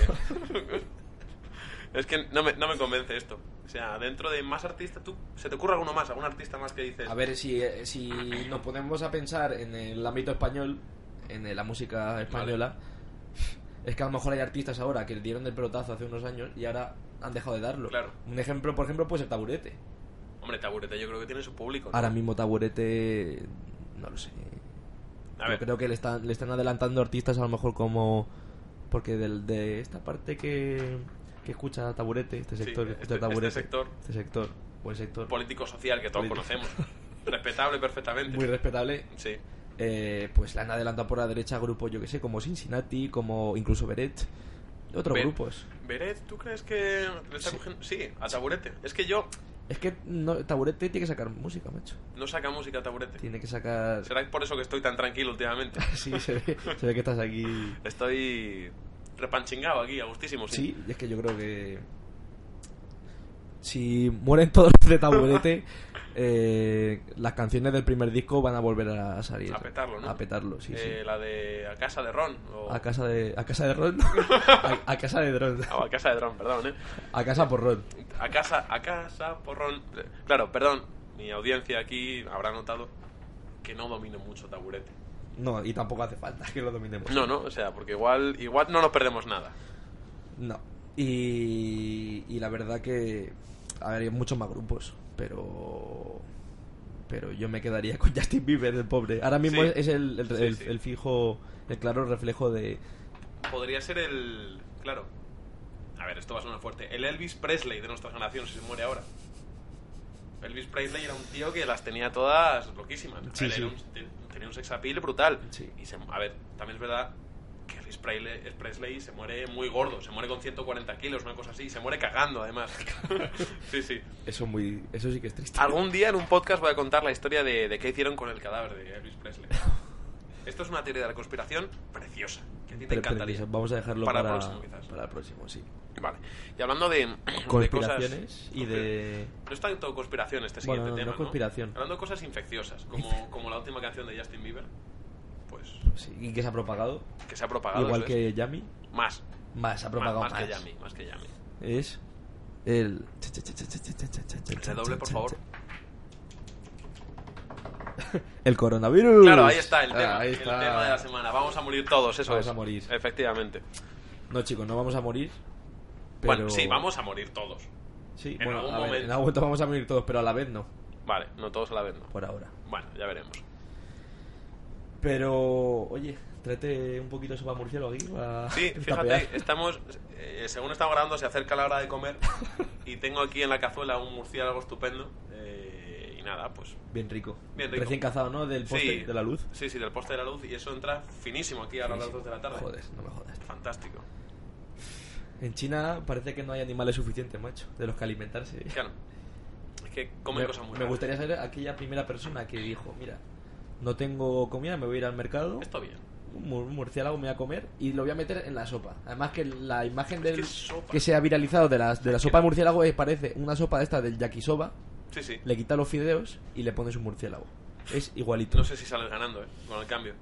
Speaker 1: es que no me, no me convence esto. O sea, dentro de más artistas, ¿tú, ¿se te ocurre alguno más? ¿Algún artista más que dices?
Speaker 2: A ver, si, eh, si nos ponemos a pensar en el ámbito español, en eh, la música española, es que a lo mejor hay artistas ahora que dieron el pelotazo hace unos años y ahora han dejado de darlo.
Speaker 1: Claro.
Speaker 2: Un ejemplo, por ejemplo, puede ser Taburete.
Speaker 1: Hombre, Taburete, yo creo que tiene su público. ¿no?
Speaker 2: Ahora mismo Taburete, no lo sé.
Speaker 1: A
Speaker 2: Yo
Speaker 1: ver,
Speaker 2: creo que le están, le están adelantando artistas a lo mejor como... Porque del, de esta parte que, que escucha Taburete, este
Speaker 1: Sí,
Speaker 2: sector que escucha
Speaker 1: este- este
Speaker 2: Taburete.
Speaker 1: sector.
Speaker 2: Este sector. O el sector.
Speaker 1: político social que todos
Speaker 2: Político.
Speaker 1: conocemos. Respetable perfectamente.
Speaker 2: Muy respetable.
Speaker 1: Sí.
Speaker 2: eh, pues la han adelantado por la derecha grupos, yo que sé, como Cincinnati, como incluso Beret, otros
Speaker 1: Ver-
Speaker 2: grupos.
Speaker 1: Beret, ¿tú crees que le está
Speaker 2: Sí.
Speaker 1: cogiendo? Sí, a Taburete. Es que yo
Speaker 2: Es que no, Taburete tiene que sacar música, macho.
Speaker 1: no saca música a Taburete.
Speaker 2: Tiene que sacar...
Speaker 1: Será por eso que estoy tan tranquilo últimamente.
Speaker 2: Sí, se ve, se ve que estás aquí...
Speaker 1: Estoy repanchingado aquí, a gustísimo.
Speaker 2: Sí, y es que yo creo que... Si mueren todos los de Taburete, eh, las canciones del primer disco van a volver a salir.
Speaker 1: A petarlo, ¿no?
Speaker 2: A petarlo, sí,
Speaker 1: Eh,
Speaker 2: sí.
Speaker 1: La de A Casa de Ron. O...
Speaker 2: A casa de... A casa de Ron. a, a casa de Ron.
Speaker 1: Ah, a Casa de Ron, perdón, ¿eh?
Speaker 2: A casa por Ron.
Speaker 1: A casa, a casa, por Ron. Claro, perdón. Mi audiencia aquí habrá notado que no domino mucho Taburete.
Speaker 2: No, y tampoco hace falta que lo dominemos.
Speaker 1: No, no, o sea, porque igual, igual no nos perdemos nada.
Speaker 2: No. Y, y la verdad que. A ver, hay muchos más grupos, pero. Pero yo me quedaría con Justin Bieber, el pobre. Ahora mismo
Speaker 1: Sí.
Speaker 2: es el, el-
Speaker 1: Sí,
Speaker 2: el-
Speaker 1: sí.
Speaker 2: el fijo, el claro reflejo de.
Speaker 1: Podría ser el. Claro. A ver, esto va a sonar fuerte. El Elvis Presley de nuestra generación, si se muere ahora. Elvis Presley era un tío que las tenía todas loquísimas.
Speaker 2: Sí,
Speaker 1: Él era
Speaker 2: sí.
Speaker 1: un- te- tenía un sex appeal brutal.
Speaker 2: Sí.
Speaker 1: Y se- a ver, también es verdad que Elvis Presley, Presley se muere muy gordo. Se muere con 140 kilos, una cosa así. y Se muere cagando, además. sí, sí.
Speaker 2: Eso muy eso sí que es triste.
Speaker 1: Algún día en un podcast voy a contar la historia de, de qué hicieron con el cadáver de Elvis Presley. Esto es una teoría de la conspiración preciosa. Que a ti te
Speaker 2: Pero- pero
Speaker 1: encantaría.
Speaker 2: eso, vamos a dejarlo
Speaker 1: Para
Speaker 2: para,
Speaker 1: el próximo, quizás.
Speaker 2: para el próximo, sí.
Speaker 1: Vale. Y hablando de, de cosas.
Speaker 2: Conspiraciones y de.
Speaker 1: No es tanto conspiración este
Speaker 2: Bueno,
Speaker 1: siguiente
Speaker 2: no, no
Speaker 1: tema.
Speaker 2: es conspiración.
Speaker 1: Hablando de cosas infecciosas, como, como la última canción de Justin Bieber, pues
Speaker 2: sí, y que se ha propagado.
Speaker 1: que se ha propagado.
Speaker 2: igual
Speaker 1: eso es.
Speaker 2: que Yami.
Speaker 1: Más.
Speaker 2: Más, se ha propagado
Speaker 1: más,
Speaker 2: más.
Speaker 1: más que Yami, más que Yami.
Speaker 2: Es. El.
Speaker 1: Ese doble, por favor.
Speaker 2: El coronavirus.
Speaker 1: Claro, ahí está el
Speaker 2: Ah,
Speaker 1: tema.
Speaker 2: ahí
Speaker 1: El
Speaker 2: está.
Speaker 1: tema de la semana. Vamos a morir todos, eso
Speaker 2: Vamos
Speaker 1: es.
Speaker 2: a morir.
Speaker 1: Efectivamente.
Speaker 2: No, chicos, no vamos a morir. Pero...
Speaker 1: Bueno, sí, vamos a morir todos.
Speaker 2: Sí,
Speaker 1: en
Speaker 2: bueno,
Speaker 1: algún
Speaker 2: a ver,
Speaker 1: momento.
Speaker 2: en algún momento vamos a morir todos, pero a la vez no,
Speaker 1: Vale, no todos a la vez, no.
Speaker 2: por ahora.
Speaker 1: Bueno, ya veremos.
Speaker 2: Pero, oye, trate un poquito sopa murciélago aquí. Para
Speaker 1: Sí,
Speaker 2: tapear.
Speaker 1: fíjate, estamos. eh, según estamos grabando, se acerca la hora de comer. Y tengo aquí en la cazuela un murciélago estupendo. eh, y nada, pues.
Speaker 2: Bien rico.
Speaker 1: Bien rico.
Speaker 2: Recién cazado, ¿no? Del poste,
Speaker 1: sí,
Speaker 2: de la luz.
Speaker 1: Sí, sí, del poste de la luz. Y eso entra finísimo aquí ahora a las 2 de la tarde.
Speaker 2: Joder, no me jodas.
Speaker 1: Fantástico.
Speaker 2: En China parece que no hay animales suficientes, macho, de los que alimentarse.
Speaker 1: Claro. Es que comen
Speaker 2: me,
Speaker 1: cosas muy
Speaker 2: me
Speaker 1: raras.
Speaker 2: gustaría ser aquella primera persona que dijo, mira, no tengo comida, me voy a ir al mercado,
Speaker 1: Esto bien.
Speaker 2: un mur- un murciélago me voy a comer y lo voy a meter en la sopa. Además que la imagen
Speaker 1: Es
Speaker 2: del
Speaker 1: que es sopa.
Speaker 2: que se ha viralizado de la, de la sopa de murciélago es, parece una sopa esta del yakisoba,
Speaker 1: Sí, sí.
Speaker 2: le quitas los fideos y le pones un murciélago. Es igualito.
Speaker 1: No sé si sales ganando, ¿eh? Con el cambio.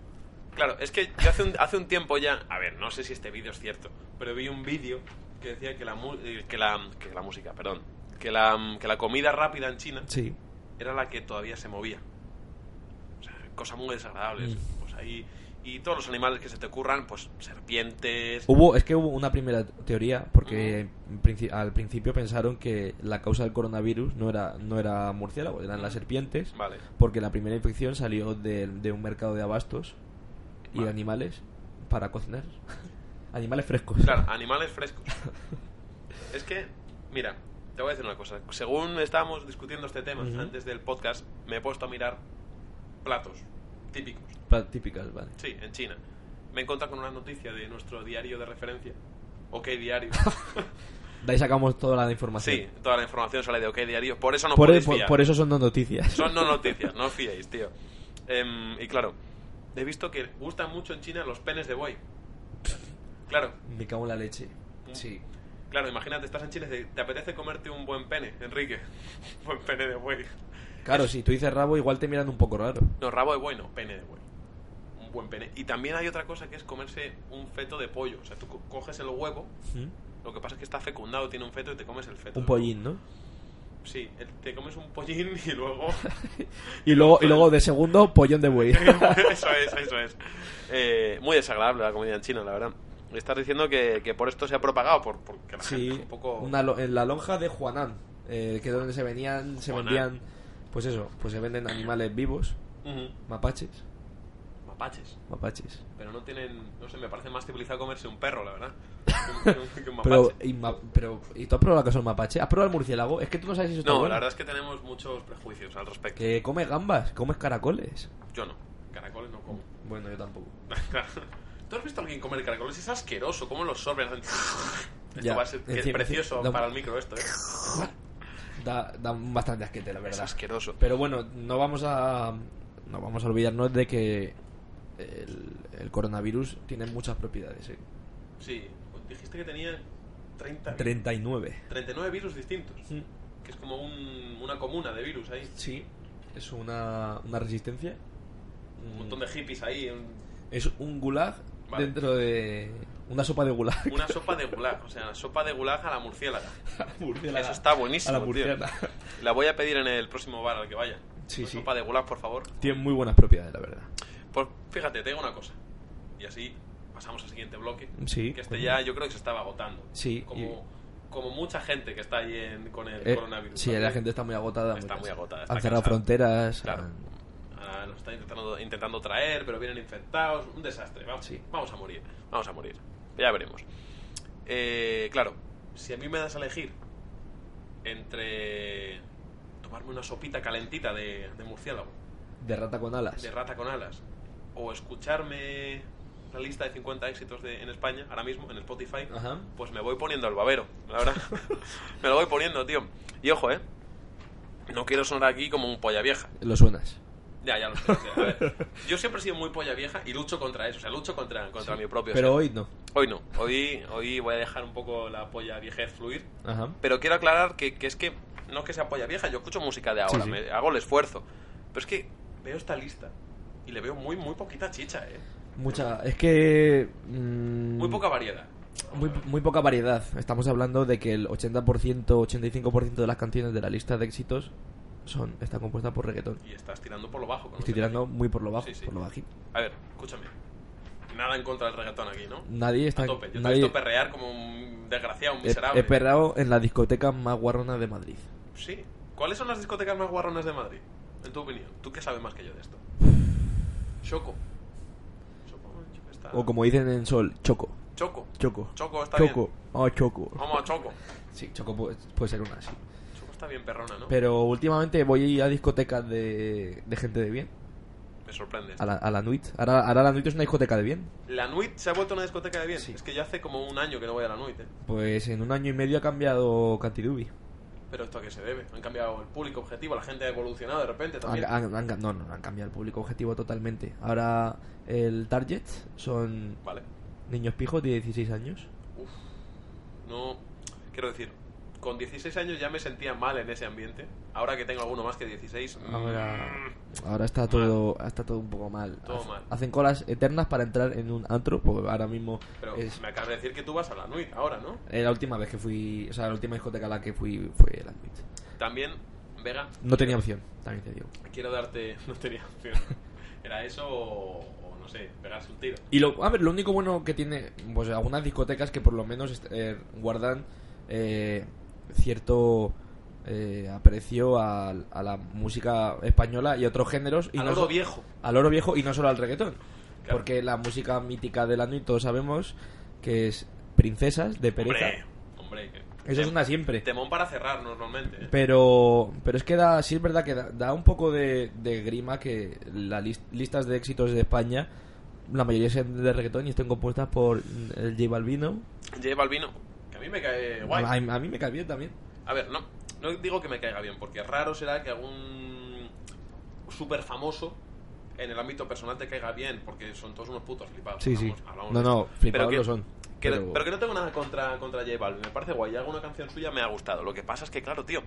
Speaker 1: Claro, es que yo hace un, hace un tiempo ya. A ver, no sé si este vídeo es cierto. Pero vi un vídeo que decía que la, mu- eh, que la, que la música, perdón, que la, que la comida rápida en China
Speaker 2: Sí.
Speaker 1: era la que todavía se movía. O sea, cosas muy desagradables. Pues ahí, y todos los animales que se te ocurran, pues serpientes.
Speaker 2: Hubo, es que hubo una primera teoría, porque en princi- al principio pensaron que la causa del coronavirus no era, no era murciélago, eran las serpientes,
Speaker 1: Vale.
Speaker 2: porque la primera infección salió de, de un mercado de abastos y
Speaker 1: Vale.
Speaker 2: animales para cocinar. animales frescos.
Speaker 1: Claro, animales frescos. es que, mira, te voy a decir una cosa. Según estábamos discutiendo este tema
Speaker 2: Ujú.
Speaker 1: antes del podcast, me he puesto a mirar platos típicos.
Speaker 2: Pla- Típicas, vale.
Speaker 1: Sí, en China. Me he encontrado con una noticia de nuestro diario de referencia. OK Diario.
Speaker 2: De ahí sacamos toda la información.
Speaker 1: sí, toda la información sale de OK Diario. Por eso no
Speaker 2: por, e-
Speaker 1: podéis
Speaker 2: por-
Speaker 1: fiar.
Speaker 2: por eso son no noticias.
Speaker 1: Son no noticias, no os fiéis, tío. Em, y claro, he visto que gustan mucho en China los penes de buey. Claro,
Speaker 2: Me cago en la leche.
Speaker 1: Mm.
Speaker 2: Sí.
Speaker 1: Claro, imagínate, estás en Chile, te- te apetece comerte un buen pene, Enrique. buen pene de buey.
Speaker 2: Claro, si tú dices rabo, igual te miran un poco raro.
Speaker 1: No, rabo de buey, no, pene de buey. Un buen pene. Y también hay otra cosa que es comerse un feto de pollo. O sea, tú co- coges el huevo,
Speaker 2: ¿Mm?
Speaker 1: lo que pasa es que está fecundado, tiene un feto y te comes el feto.
Speaker 2: Un pollín, ¿no?
Speaker 1: Sí, el- te comes un pollín y luego...
Speaker 2: Y luego, y luego de segundo, pollón de buey.
Speaker 1: eso es, eso es. Eh, muy desagradable la comida en China, la verdad. Estás diciendo que, que por esto se ha propagado, por, porque la
Speaker 2: Sí,
Speaker 1: gente es un poco...
Speaker 2: una lo- en la lonja de Juanan, eh, que es donde se venían, se
Speaker 1: Juanan.
Speaker 2: vendían, pues eso, pues se venden animales vivos,
Speaker 1: Ujú.
Speaker 2: mapaches,
Speaker 1: Mapaches.
Speaker 2: mapaches.
Speaker 1: Pero no tienen. No sé, me parece más civilizado comerse un perro, la verdad. que un- que un
Speaker 2: Pero
Speaker 1: mapache.
Speaker 2: y, ma- pero, ¿y tú has probado la cosa del mapache? ¿Has probado el murciélago? Es que tú no sabes si eso está
Speaker 1: no,
Speaker 2: bueno.
Speaker 1: la verdad es que tenemos muchos prejuicios al respecto.
Speaker 2: Que comes gambas, comes caracoles.
Speaker 1: Yo no. Caracoles no como.
Speaker 2: Bueno, yo tampoco.
Speaker 1: Claro. ¿Tú has visto a alguien comer caracoles? Es asqueroso. ¿Cómo los sorben? Hacen- Esto
Speaker 2: Ya.
Speaker 1: va a ser que es
Speaker 2: Encima-
Speaker 1: precioso
Speaker 2: da un-
Speaker 1: para el micro esto, ¿eh?
Speaker 2: Da, da bastante asquete, la
Speaker 1: Es
Speaker 2: verdad.
Speaker 1: asqueroso.
Speaker 2: Pero bueno, no vamos a no vamos a olvidarnos de que el, el coronavirus tiene muchas propiedades. ¿eh?
Speaker 1: Sí, dijiste que tenía 30,
Speaker 2: 39.
Speaker 1: 39 virus distintos.
Speaker 2: Mm.
Speaker 1: Que es como un- una comuna de virus ahí.
Speaker 2: Sí, es una, una resistencia. Mm,
Speaker 1: Un montón de hippies ahí. un-
Speaker 2: Es un gulag
Speaker 1: Vale.
Speaker 2: dentro de. Una sopa de gulag.
Speaker 1: una sopa de gulag. O sea, sopa de gulag a la murciélaga.
Speaker 2: Murciélaga.
Speaker 1: Eso está buenísimo,
Speaker 2: A la
Speaker 1: tío.
Speaker 2: murciana.
Speaker 1: La voy a pedir en el próximo bar al que vaya.
Speaker 2: Sí,
Speaker 1: Una
Speaker 2: sí.
Speaker 1: Sopa de gulag, por favor.
Speaker 2: Tiene muy buenas propiedades, la verdad.
Speaker 1: Pues fíjate, te digo una cosa. Y así pasamos al siguiente bloque.
Speaker 2: Sí.
Speaker 1: Que este ya yo creo que se estaba agotando.
Speaker 2: Sí,
Speaker 1: Como, como mucha gente que está ahí en- con el
Speaker 2: Eh,
Speaker 1: coronavirus.
Speaker 2: sí,
Speaker 1: ¿vale?
Speaker 2: la gente está muy agotada.
Speaker 1: Está muy
Speaker 2: cansada.
Speaker 1: agotada, está
Speaker 2: Han cerrado
Speaker 1: cansada.
Speaker 2: fronteras.
Speaker 1: Claro.
Speaker 2: han-
Speaker 1: Ahora nos Ah, están intentando, intentando traer, pero vienen infectados. Un desastre. Vamos,
Speaker 2: Sí.
Speaker 1: vamos a morir. Vamos a morir. Ya veremos. Eh, claro, si a mí me das a elegir entre tomarme una sopita calentita de, de murciélago
Speaker 2: De rata con alas.
Speaker 1: de Rata con Alas o escucharme la lista de 50 éxitos de, en España ahora mismo en Spotify,
Speaker 2: Ajá.
Speaker 1: pues me voy poniendo el babero, la verdad. me lo voy poniendo, tío. Y ojo, ¿eh? No quiero sonar aquí como un polla vieja.
Speaker 2: Lo suenas.
Speaker 1: Ya, ya lo sé. o sea, a ver, yo siempre he sido muy polla vieja y lucho contra eso, o sea, lucho contra, contra mi propio.
Speaker 2: Pero
Speaker 1: ser.
Speaker 2: hoy no.
Speaker 1: hoy no, hoy, hoy voy a dejar un poco la polla viejez fluir.
Speaker 2: Ajá.
Speaker 1: Pero quiero aclarar que, que es que no es que sea polla vieja, yo escucho música de ahora,
Speaker 2: Sí, sí.
Speaker 1: me- hago el esfuerzo. Pero es que veo esta lista y le veo muy, muy poquita chicha, ¿eh?
Speaker 2: Mucha. Es que. mm,
Speaker 1: Muy poca variedad.
Speaker 2: Muy, muy poca variedad. Estamos hablando de que el 80%, 85% de las canciones de la lista de éxitos son está compuesta por reggaetón.
Speaker 1: Y estás tirando por lo bajo. con
Speaker 2: Estoy
Speaker 1: los
Speaker 2: tirando muy por lo bajo,
Speaker 1: Sí, sí.
Speaker 2: por lo bajito.
Speaker 1: demás. A ver, escúchame. Nada en contra del reggaetón aquí, ¿no?
Speaker 2: Nadie está
Speaker 1: A tope. Yo te he
Speaker 2: nadie
Speaker 1: visto perrear como un desgraciado, un
Speaker 2: he,
Speaker 1: miserable.
Speaker 2: he perrado en la discoteca más guarrona de Madrid.
Speaker 1: Sí. ¿Cuáles son las discotecas más guarronas de Madrid? En tu opinión. ¿Tú qué sabes más que yo de esto? Choco. Choco, Choco está...
Speaker 2: O como dicen en Sol, Choco.
Speaker 1: Choco.
Speaker 2: Choco.
Speaker 1: Ah. Choco está
Speaker 2: Choco.
Speaker 1: bien. Ah.
Speaker 2: Oh, Choco.
Speaker 1: Vamos a Choco.
Speaker 2: Sí, Choco pu- puede, ser una, sí.
Speaker 1: Choco está bien perrona, ¿no?
Speaker 2: Pero últimamente voy a discotecas de, de gente de bien.
Speaker 1: Me sorprende.
Speaker 2: A la, a la Nuit. Ahora, ahora la Nuit es una discoteca de bien.
Speaker 1: La Nuit se ha vuelto una discoteca de bien.
Speaker 2: Sí.
Speaker 1: Es que yo hace como un año que no voy a la Nuit, ¿eh?
Speaker 2: Pues en un año y medio ha cambiado Cantidubi.
Speaker 1: Pero esto a qué se debe. Han cambiado el público objetivo, la gente ha evolucionado de repente
Speaker 2: Han-
Speaker 1: también.
Speaker 2: han- han- no, no, han cambiado el público objetivo totalmente. Ahora el target son
Speaker 1: Vale.
Speaker 2: niños pijos de 16 años.
Speaker 1: Uf. No. Quiero decir, con 16 años ya me sentía mal en ese ambiente. Ahora que tengo alguno más que 16, mm,
Speaker 2: Ahora, ahora está todo está todo un poco mal.
Speaker 1: Todo
Speaker 2: Hacen-
Speaker 1: mal.
Speaker 2: Hacen colas eternas para entrar en un antro, porque ahora mismo
Speaker 1: pero
Speaker 2: es
Speaker 1: me acabas de decir que tú vas a la Nuit ahora, ¿no?
Speaker 2: eh, la última vez que fui, o sea, la última discoteca a la que fui fue la Twitch.
Speaker 1: También, Vega,
Speaker 2: No tenía opción, también te digo.
Speaker 1: quiero darte... No tenía opción. ¿Era eso o, o no sé, pegarse un tiro?
Speaker 2: Y lo, a ver, lo único bueno que tiene, pues algunas discotecas que por lo menos est- eh, guardan eh, cierto eh, aprecio a, a la música española y otros géneros. Y
Speaker 1: Al
Speaker 2: no
Speaker 1: oro
Speaker 2: so-
Speaker 1: viejo.
Speaker 2: Al oro viejo y no solo al reggaetón.
Speaker 1: Claro.
Speaker 2: Porque la música mítica de la noche todos sabemos que es Princesas de Pereza.
Speaker 1: Hombre, hombre. que-
Speaker 2: Eso es una siempre.
Speaker 1: Temón para cerrar normalmente. ¿eh?
Speaker 2: Pero, pero es que da, sí es verdad que da, da un poco de, de grima que las listas de éxitos de España, la mayoría son de reggaetón y están compuestas por mm, el J Balvino.
Speaker 1: J Balvino, que a mí me cae guay.
Speaker 2: A, a mí me cae bien también.
Speaker 1: A ver, no, no digo que me caiga bien, porque raro será que algún súper famoso en el ámbito personal te caiga bien, porque son todos unos putos flipados.
Speaker 2: Sí, sí.
Speaker 1: hablamos- hablamos
Speaker 2: No,
Speaker 1: de
Speaker 2: no,
Speaker 1: esto.
Speaker 2: flipados
Speaker 1: que-
Speaker 2: lo son.
Speaker 1: que- pero...
Speaker 2: pero-
Speaker 1: que no tengo nada contra, contra J Balvin, me parece guay. y Alguna canción suya me ha gustado. Lo que pasa es que, claro, tío,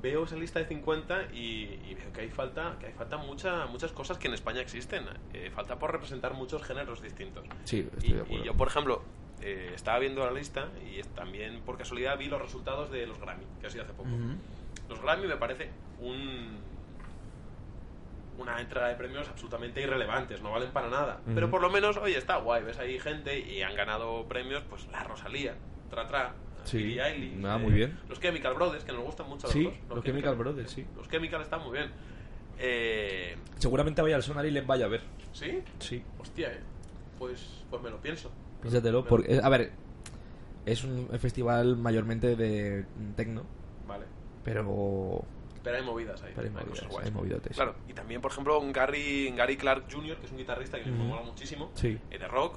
Speaker 1: veo esa lista de 50 y, y veo que hay falta, que hay falta mucha, muchas cosas que en España existen. Eh, falta por representar muchos géneros distintos.
Speaker 2: Sí,
Speaker 1: Y,
Speaker 2: estoy de
Speaker 1: y
Speaker 2: acuerdo.
Speaker 1: yo, por ejemplo, eh, estaba viendo la lista y es- también por casualidad vi los resultados de los Grammy, que ha sido hace poco.
Speaker 2: Ujú.
Speaker 1: Los Grammy me parece un una entrega de premios absolutamente irrelevantes, no valen para nada.
Speaker 2: Ujú.
Speaker 1: Pero por lo menos, oye, está guay, ves ahí gente y han ganado premios, pues la Rosalía, Tra Tra,
Speaker 2: Sí,
Speaker 1: Billie Eilish, eh,
Speaker 2: nada, muy bien.
Speaker 1: Los Chemical Brothers, que nos gustan mucho a los
Speaker 2: Sí,
Speaker 1: dos.
Speaker 2: los Chemical Brothers, sí.
Speaker 1: Los Chemical están muy bien. Eh,
Speaker 2: Seguramente vaya al sonar y les vaya a ver.
Speaker 1: ¿Sí?
Speaker 2: Sí.
Speaker 1: Hostia, eh. Pues, pues me lo pienso.
Speaker 2: Piénsatelo,
Speaker 1: Pero-
Speaker 2: porque, a ver, es un festival mayormente de tecno,
Speaker 1: Vale.
Speaker 2: pero,
Speaker 1: Pero hay movidas ahí.
Speaker 2: pero hay
Speaker 1: hay
Speaker 2: movidas,
Speaker 1: cosas guays.
Speaker 2: hay movidotes.
Speaker 1: Claro, y también, por ejemplo, un Gary, Gary Clark Jr., que es un guitarrista que me
Speaker 2: Ujú.
Speaker 1: mola muchísimo,
Speaker 2: Sí.
Speaker 1: eh, de rock,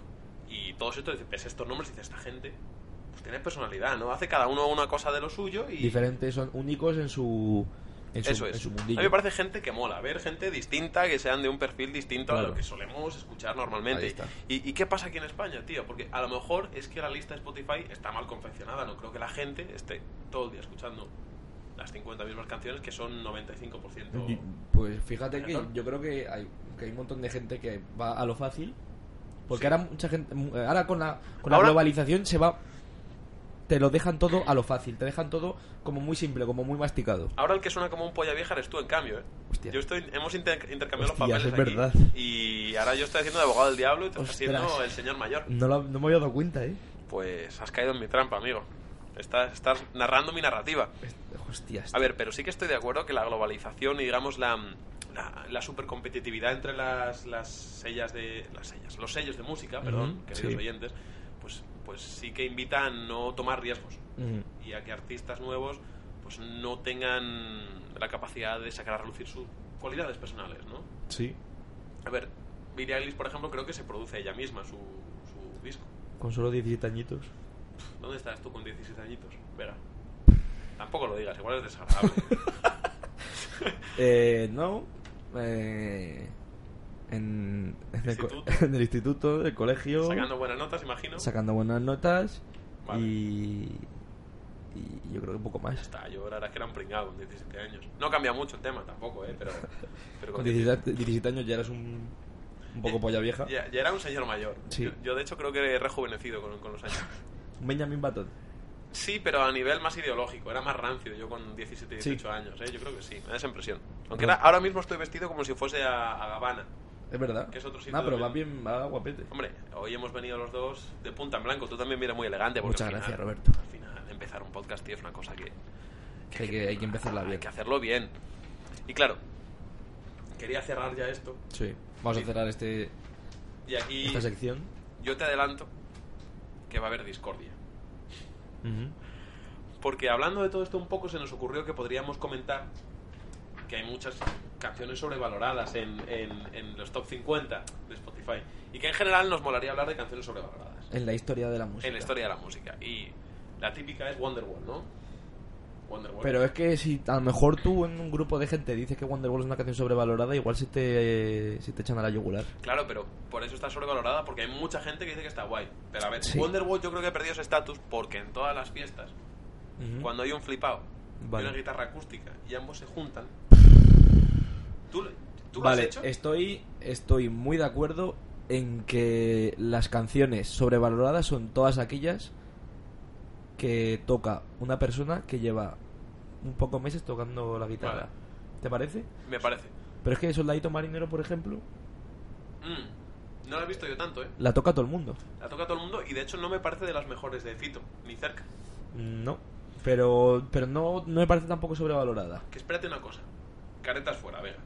Speaker 1: y todos estos, ves estos nombres y dices, esta gente, pues tiene personalidad, ¿no? Hace cada uno una cosa de lo suyo y...
Speaker 2: Diferentes, son únicos en su, en su,
Speaker 1: Eso es.
Speaker 2: en su
Speaker 1: A
Speaker 2: mundillo.
Speaker 1: mí me parece gente que mola, ver gente distinta, que sean de un perfil distinto a
Speaker 2: Claro.
Speaker 1: lo que solemos escuchar
Speaker 2: Ahí
Speaker 1: normalmente.
Speaker 2: está.
Speaker 1: ¿Y, y qué pasa aquí en España, tío? Porque a lo mejor es que la lista de Spotify está mal confeccionada, no creo que la gente esté todo el día escuchando las 50 mismas canciones, que son 95%...
Speaker 2: Y- Pues fíjate que
Speaker 1: Reggaetón.
Speaker 2: yo creo que hay, que hay un montón de gente que va a lo fácil. Porque
Speaker 1: Sí.
Speaker 2: ahora mucha gente. mu- eh, Ahora con la, con la
Speaker 1: Ahora-
Speaker 2: globalización se va. Te lo dejan todo a lo fácil. Te dejan todo como muy simple, como muy masticado.
Speaker 1: Ahora el que suena como un polla vieja eres tú, en cambio, ¿eh?
Speaker 2: Hostia.
Speaker 1: Yo estoy, hemos inter- intercambiado
Speaker 2: Hostias,
Speaker 1: los
Speaker 2: es
Speaker 1: papeles aquí.
Speaker 2: verdad.
Speaker 1: Y ahora yo estoy haciendo de abogado del diablo y tú estás
Speaker 2: Ostras.
Speaker 1: haciendo el señor mayor.
Speaker 2: No, lo- no me había dado cuenta, eh.
Speaker 1: Pues has caído en mi trampa, amigo. Estás, estás narrando mi narrativa.
Speaker 2: Hostias.
Speaker 1: A ver, pero sí que estoy de acuerdo que la globalización y, digamos, la, la, la supercompetitividad entre las, las sellas de... Las sellas, los sellos de música, perdón,
Speaker 2: Ujú,
Speaker 1: queridos
Speaker 2: sí.
Speaker 1: oyentes, pues, pues sí que invita a no tomar riesgos
Speaker 2: Ujú.
Speaker 1: y a que artistas nuevos pues no tengan la capacidad de sacar a relucir sus cualidades personales, ¿no?
Speaker 2: Sí.
Speaker 1: A ver, Billie Eilish, por ejemplo, creo que se produce ella misma su, su disco.
Speaker 2: Con solo 17 añitos.
Speaker 1: ¿Dónde estás tú con 17 añitos? Vera. Tampoco lo digas, igual es desagradable.
Speaker 2: Eh, no. Eh, en, en el, co-
Speaker 1: Instituto.
Speaker 2: en el instituto, del colegio.
Speaker 1: Sacando buenas notas, imagino.
Speaker 2: sacando buenas notas
Speaker 1: Vale.
Speaker 2: y, y yo creo que un poco
Speaker 1: Ya
Speaker 2: más.
Speaker 1: está, yo ahora es que era un pringado con 17 años. No cambia mucho el tema tampoco, ¿eh? Pero, pero
Speaker 2: Con 17, 17 años ya eras un, un poco
Speaker 1: Eh,
Speaker 2: polla vieja.
Speaker 1: Ya, ya era un señor mayor.
Speaker 2: Sí.
Speaker 1: Yo, yo, de hecho creo que he rejuvenecido con, con los años.
Speaker 2: Un Benjamin Button.
Speaker 1: Sí, pero a nivel más ideológico. Era más rancio yo con 17,
Speaker 2: Sí.
Speaker 1: 18 años. ¿eh? Yo creo que sí, me da esa impresión. Aunque ahora- ahora mismo estoy vestido como si fuese a, a Gabana.
Speaker 2: Es verdad.
Speaker 1: Que es otro sitio
Speaker 2: no, pero
Speaker 1: donde-
Speaker 2: va bien, va guapete.
Speaker 1: Hombre, hoy hemos venido los dos de punta en blanco. Tú también vienes muy elegante. porque
Speaker 2: Muchas
Speaker 1: al
Speaker 2: gracias,
Speaker 1: final-
Speaker 2: Roberto.
Speaker 1: Al final, empezar un podcast, tío, es una cosa que,
Speaker 2: Que hay, que, hay que empezarla
Speaker 1: hay
Speaker 2: bien.
Speaker 1: que hacerlo bien. Y claro, quería cerrar ya esto.
Speaker 2: Sí. Vamos
Speaker 1: Sí.
Speaker 2: a cerrar este,
Speaker 1: Y aquí
Speaker 2: esta sección.
Speaker 1: yo te adelanto que va a haber discordia. Porque hablando de todo esto un poco se nos ocurrió que podríamos comentar que hay muchas canciones sobrevaloradas en, en- en los top 50 de Spotify. Y que en general nos molaría hablar de canciones sobrevaloradas.
Speaker 2: En la historia de la música.
Speaker 1: En la historia de la música. Y la típica es Wonderwall, ¿no? Wonderwall.
Speaker 2: Pero es que si a lo mejor tú en un grupo de gente dices que Wonderwall es una canción sobrevalorada, igual si te, si te echan a la yugular.
Speaker 1: Claro, pero por eso está sobrevalorada, porque hay mucha gente que dice que está guay. Pero a ver,
Speaker 2: Sí.
Speaker 1: Wonderwall yo creo que ha perdido ese estatus porque en todas las fiestas
Speaker 2: ¿Mm?
Speaker 3: Ujú.
Speaker 1: cuando hay un flipado
Speaker 3: Vale.
Speaker 1: y una guitarra acústica y ambos se juntan. ¿Tú, lo- tú lo
Speaker 2: Vale,
Speaker 1: has hecho?
Speaker 2: estoy, estoy muy de acuerdo en que las canciones sobrevaloradas son todas aquellas que toca una persona que lleva un poco meses tocando la guitarra.
Speaker 1: Vale.
Speaker 2: ¿Te parece?
Speaker 1: Me parece.
Speaker 2: Pero es que Soldadito Marinero, por ejemplo,
Speaker 1: Mm, No la he visto yo tanto, ¿eh?
Speaker 2: la toca todo el mundo.
Speaker 1: La toca todo el mundo y de hecho no me parece de las mejores de Fito, ni cerca.
Speaker 2: No. Pero, pero no, no me parece tampoco sobrevalorada.
Speaker 1: Que espérate una cosa. Caretas fuera, Vega.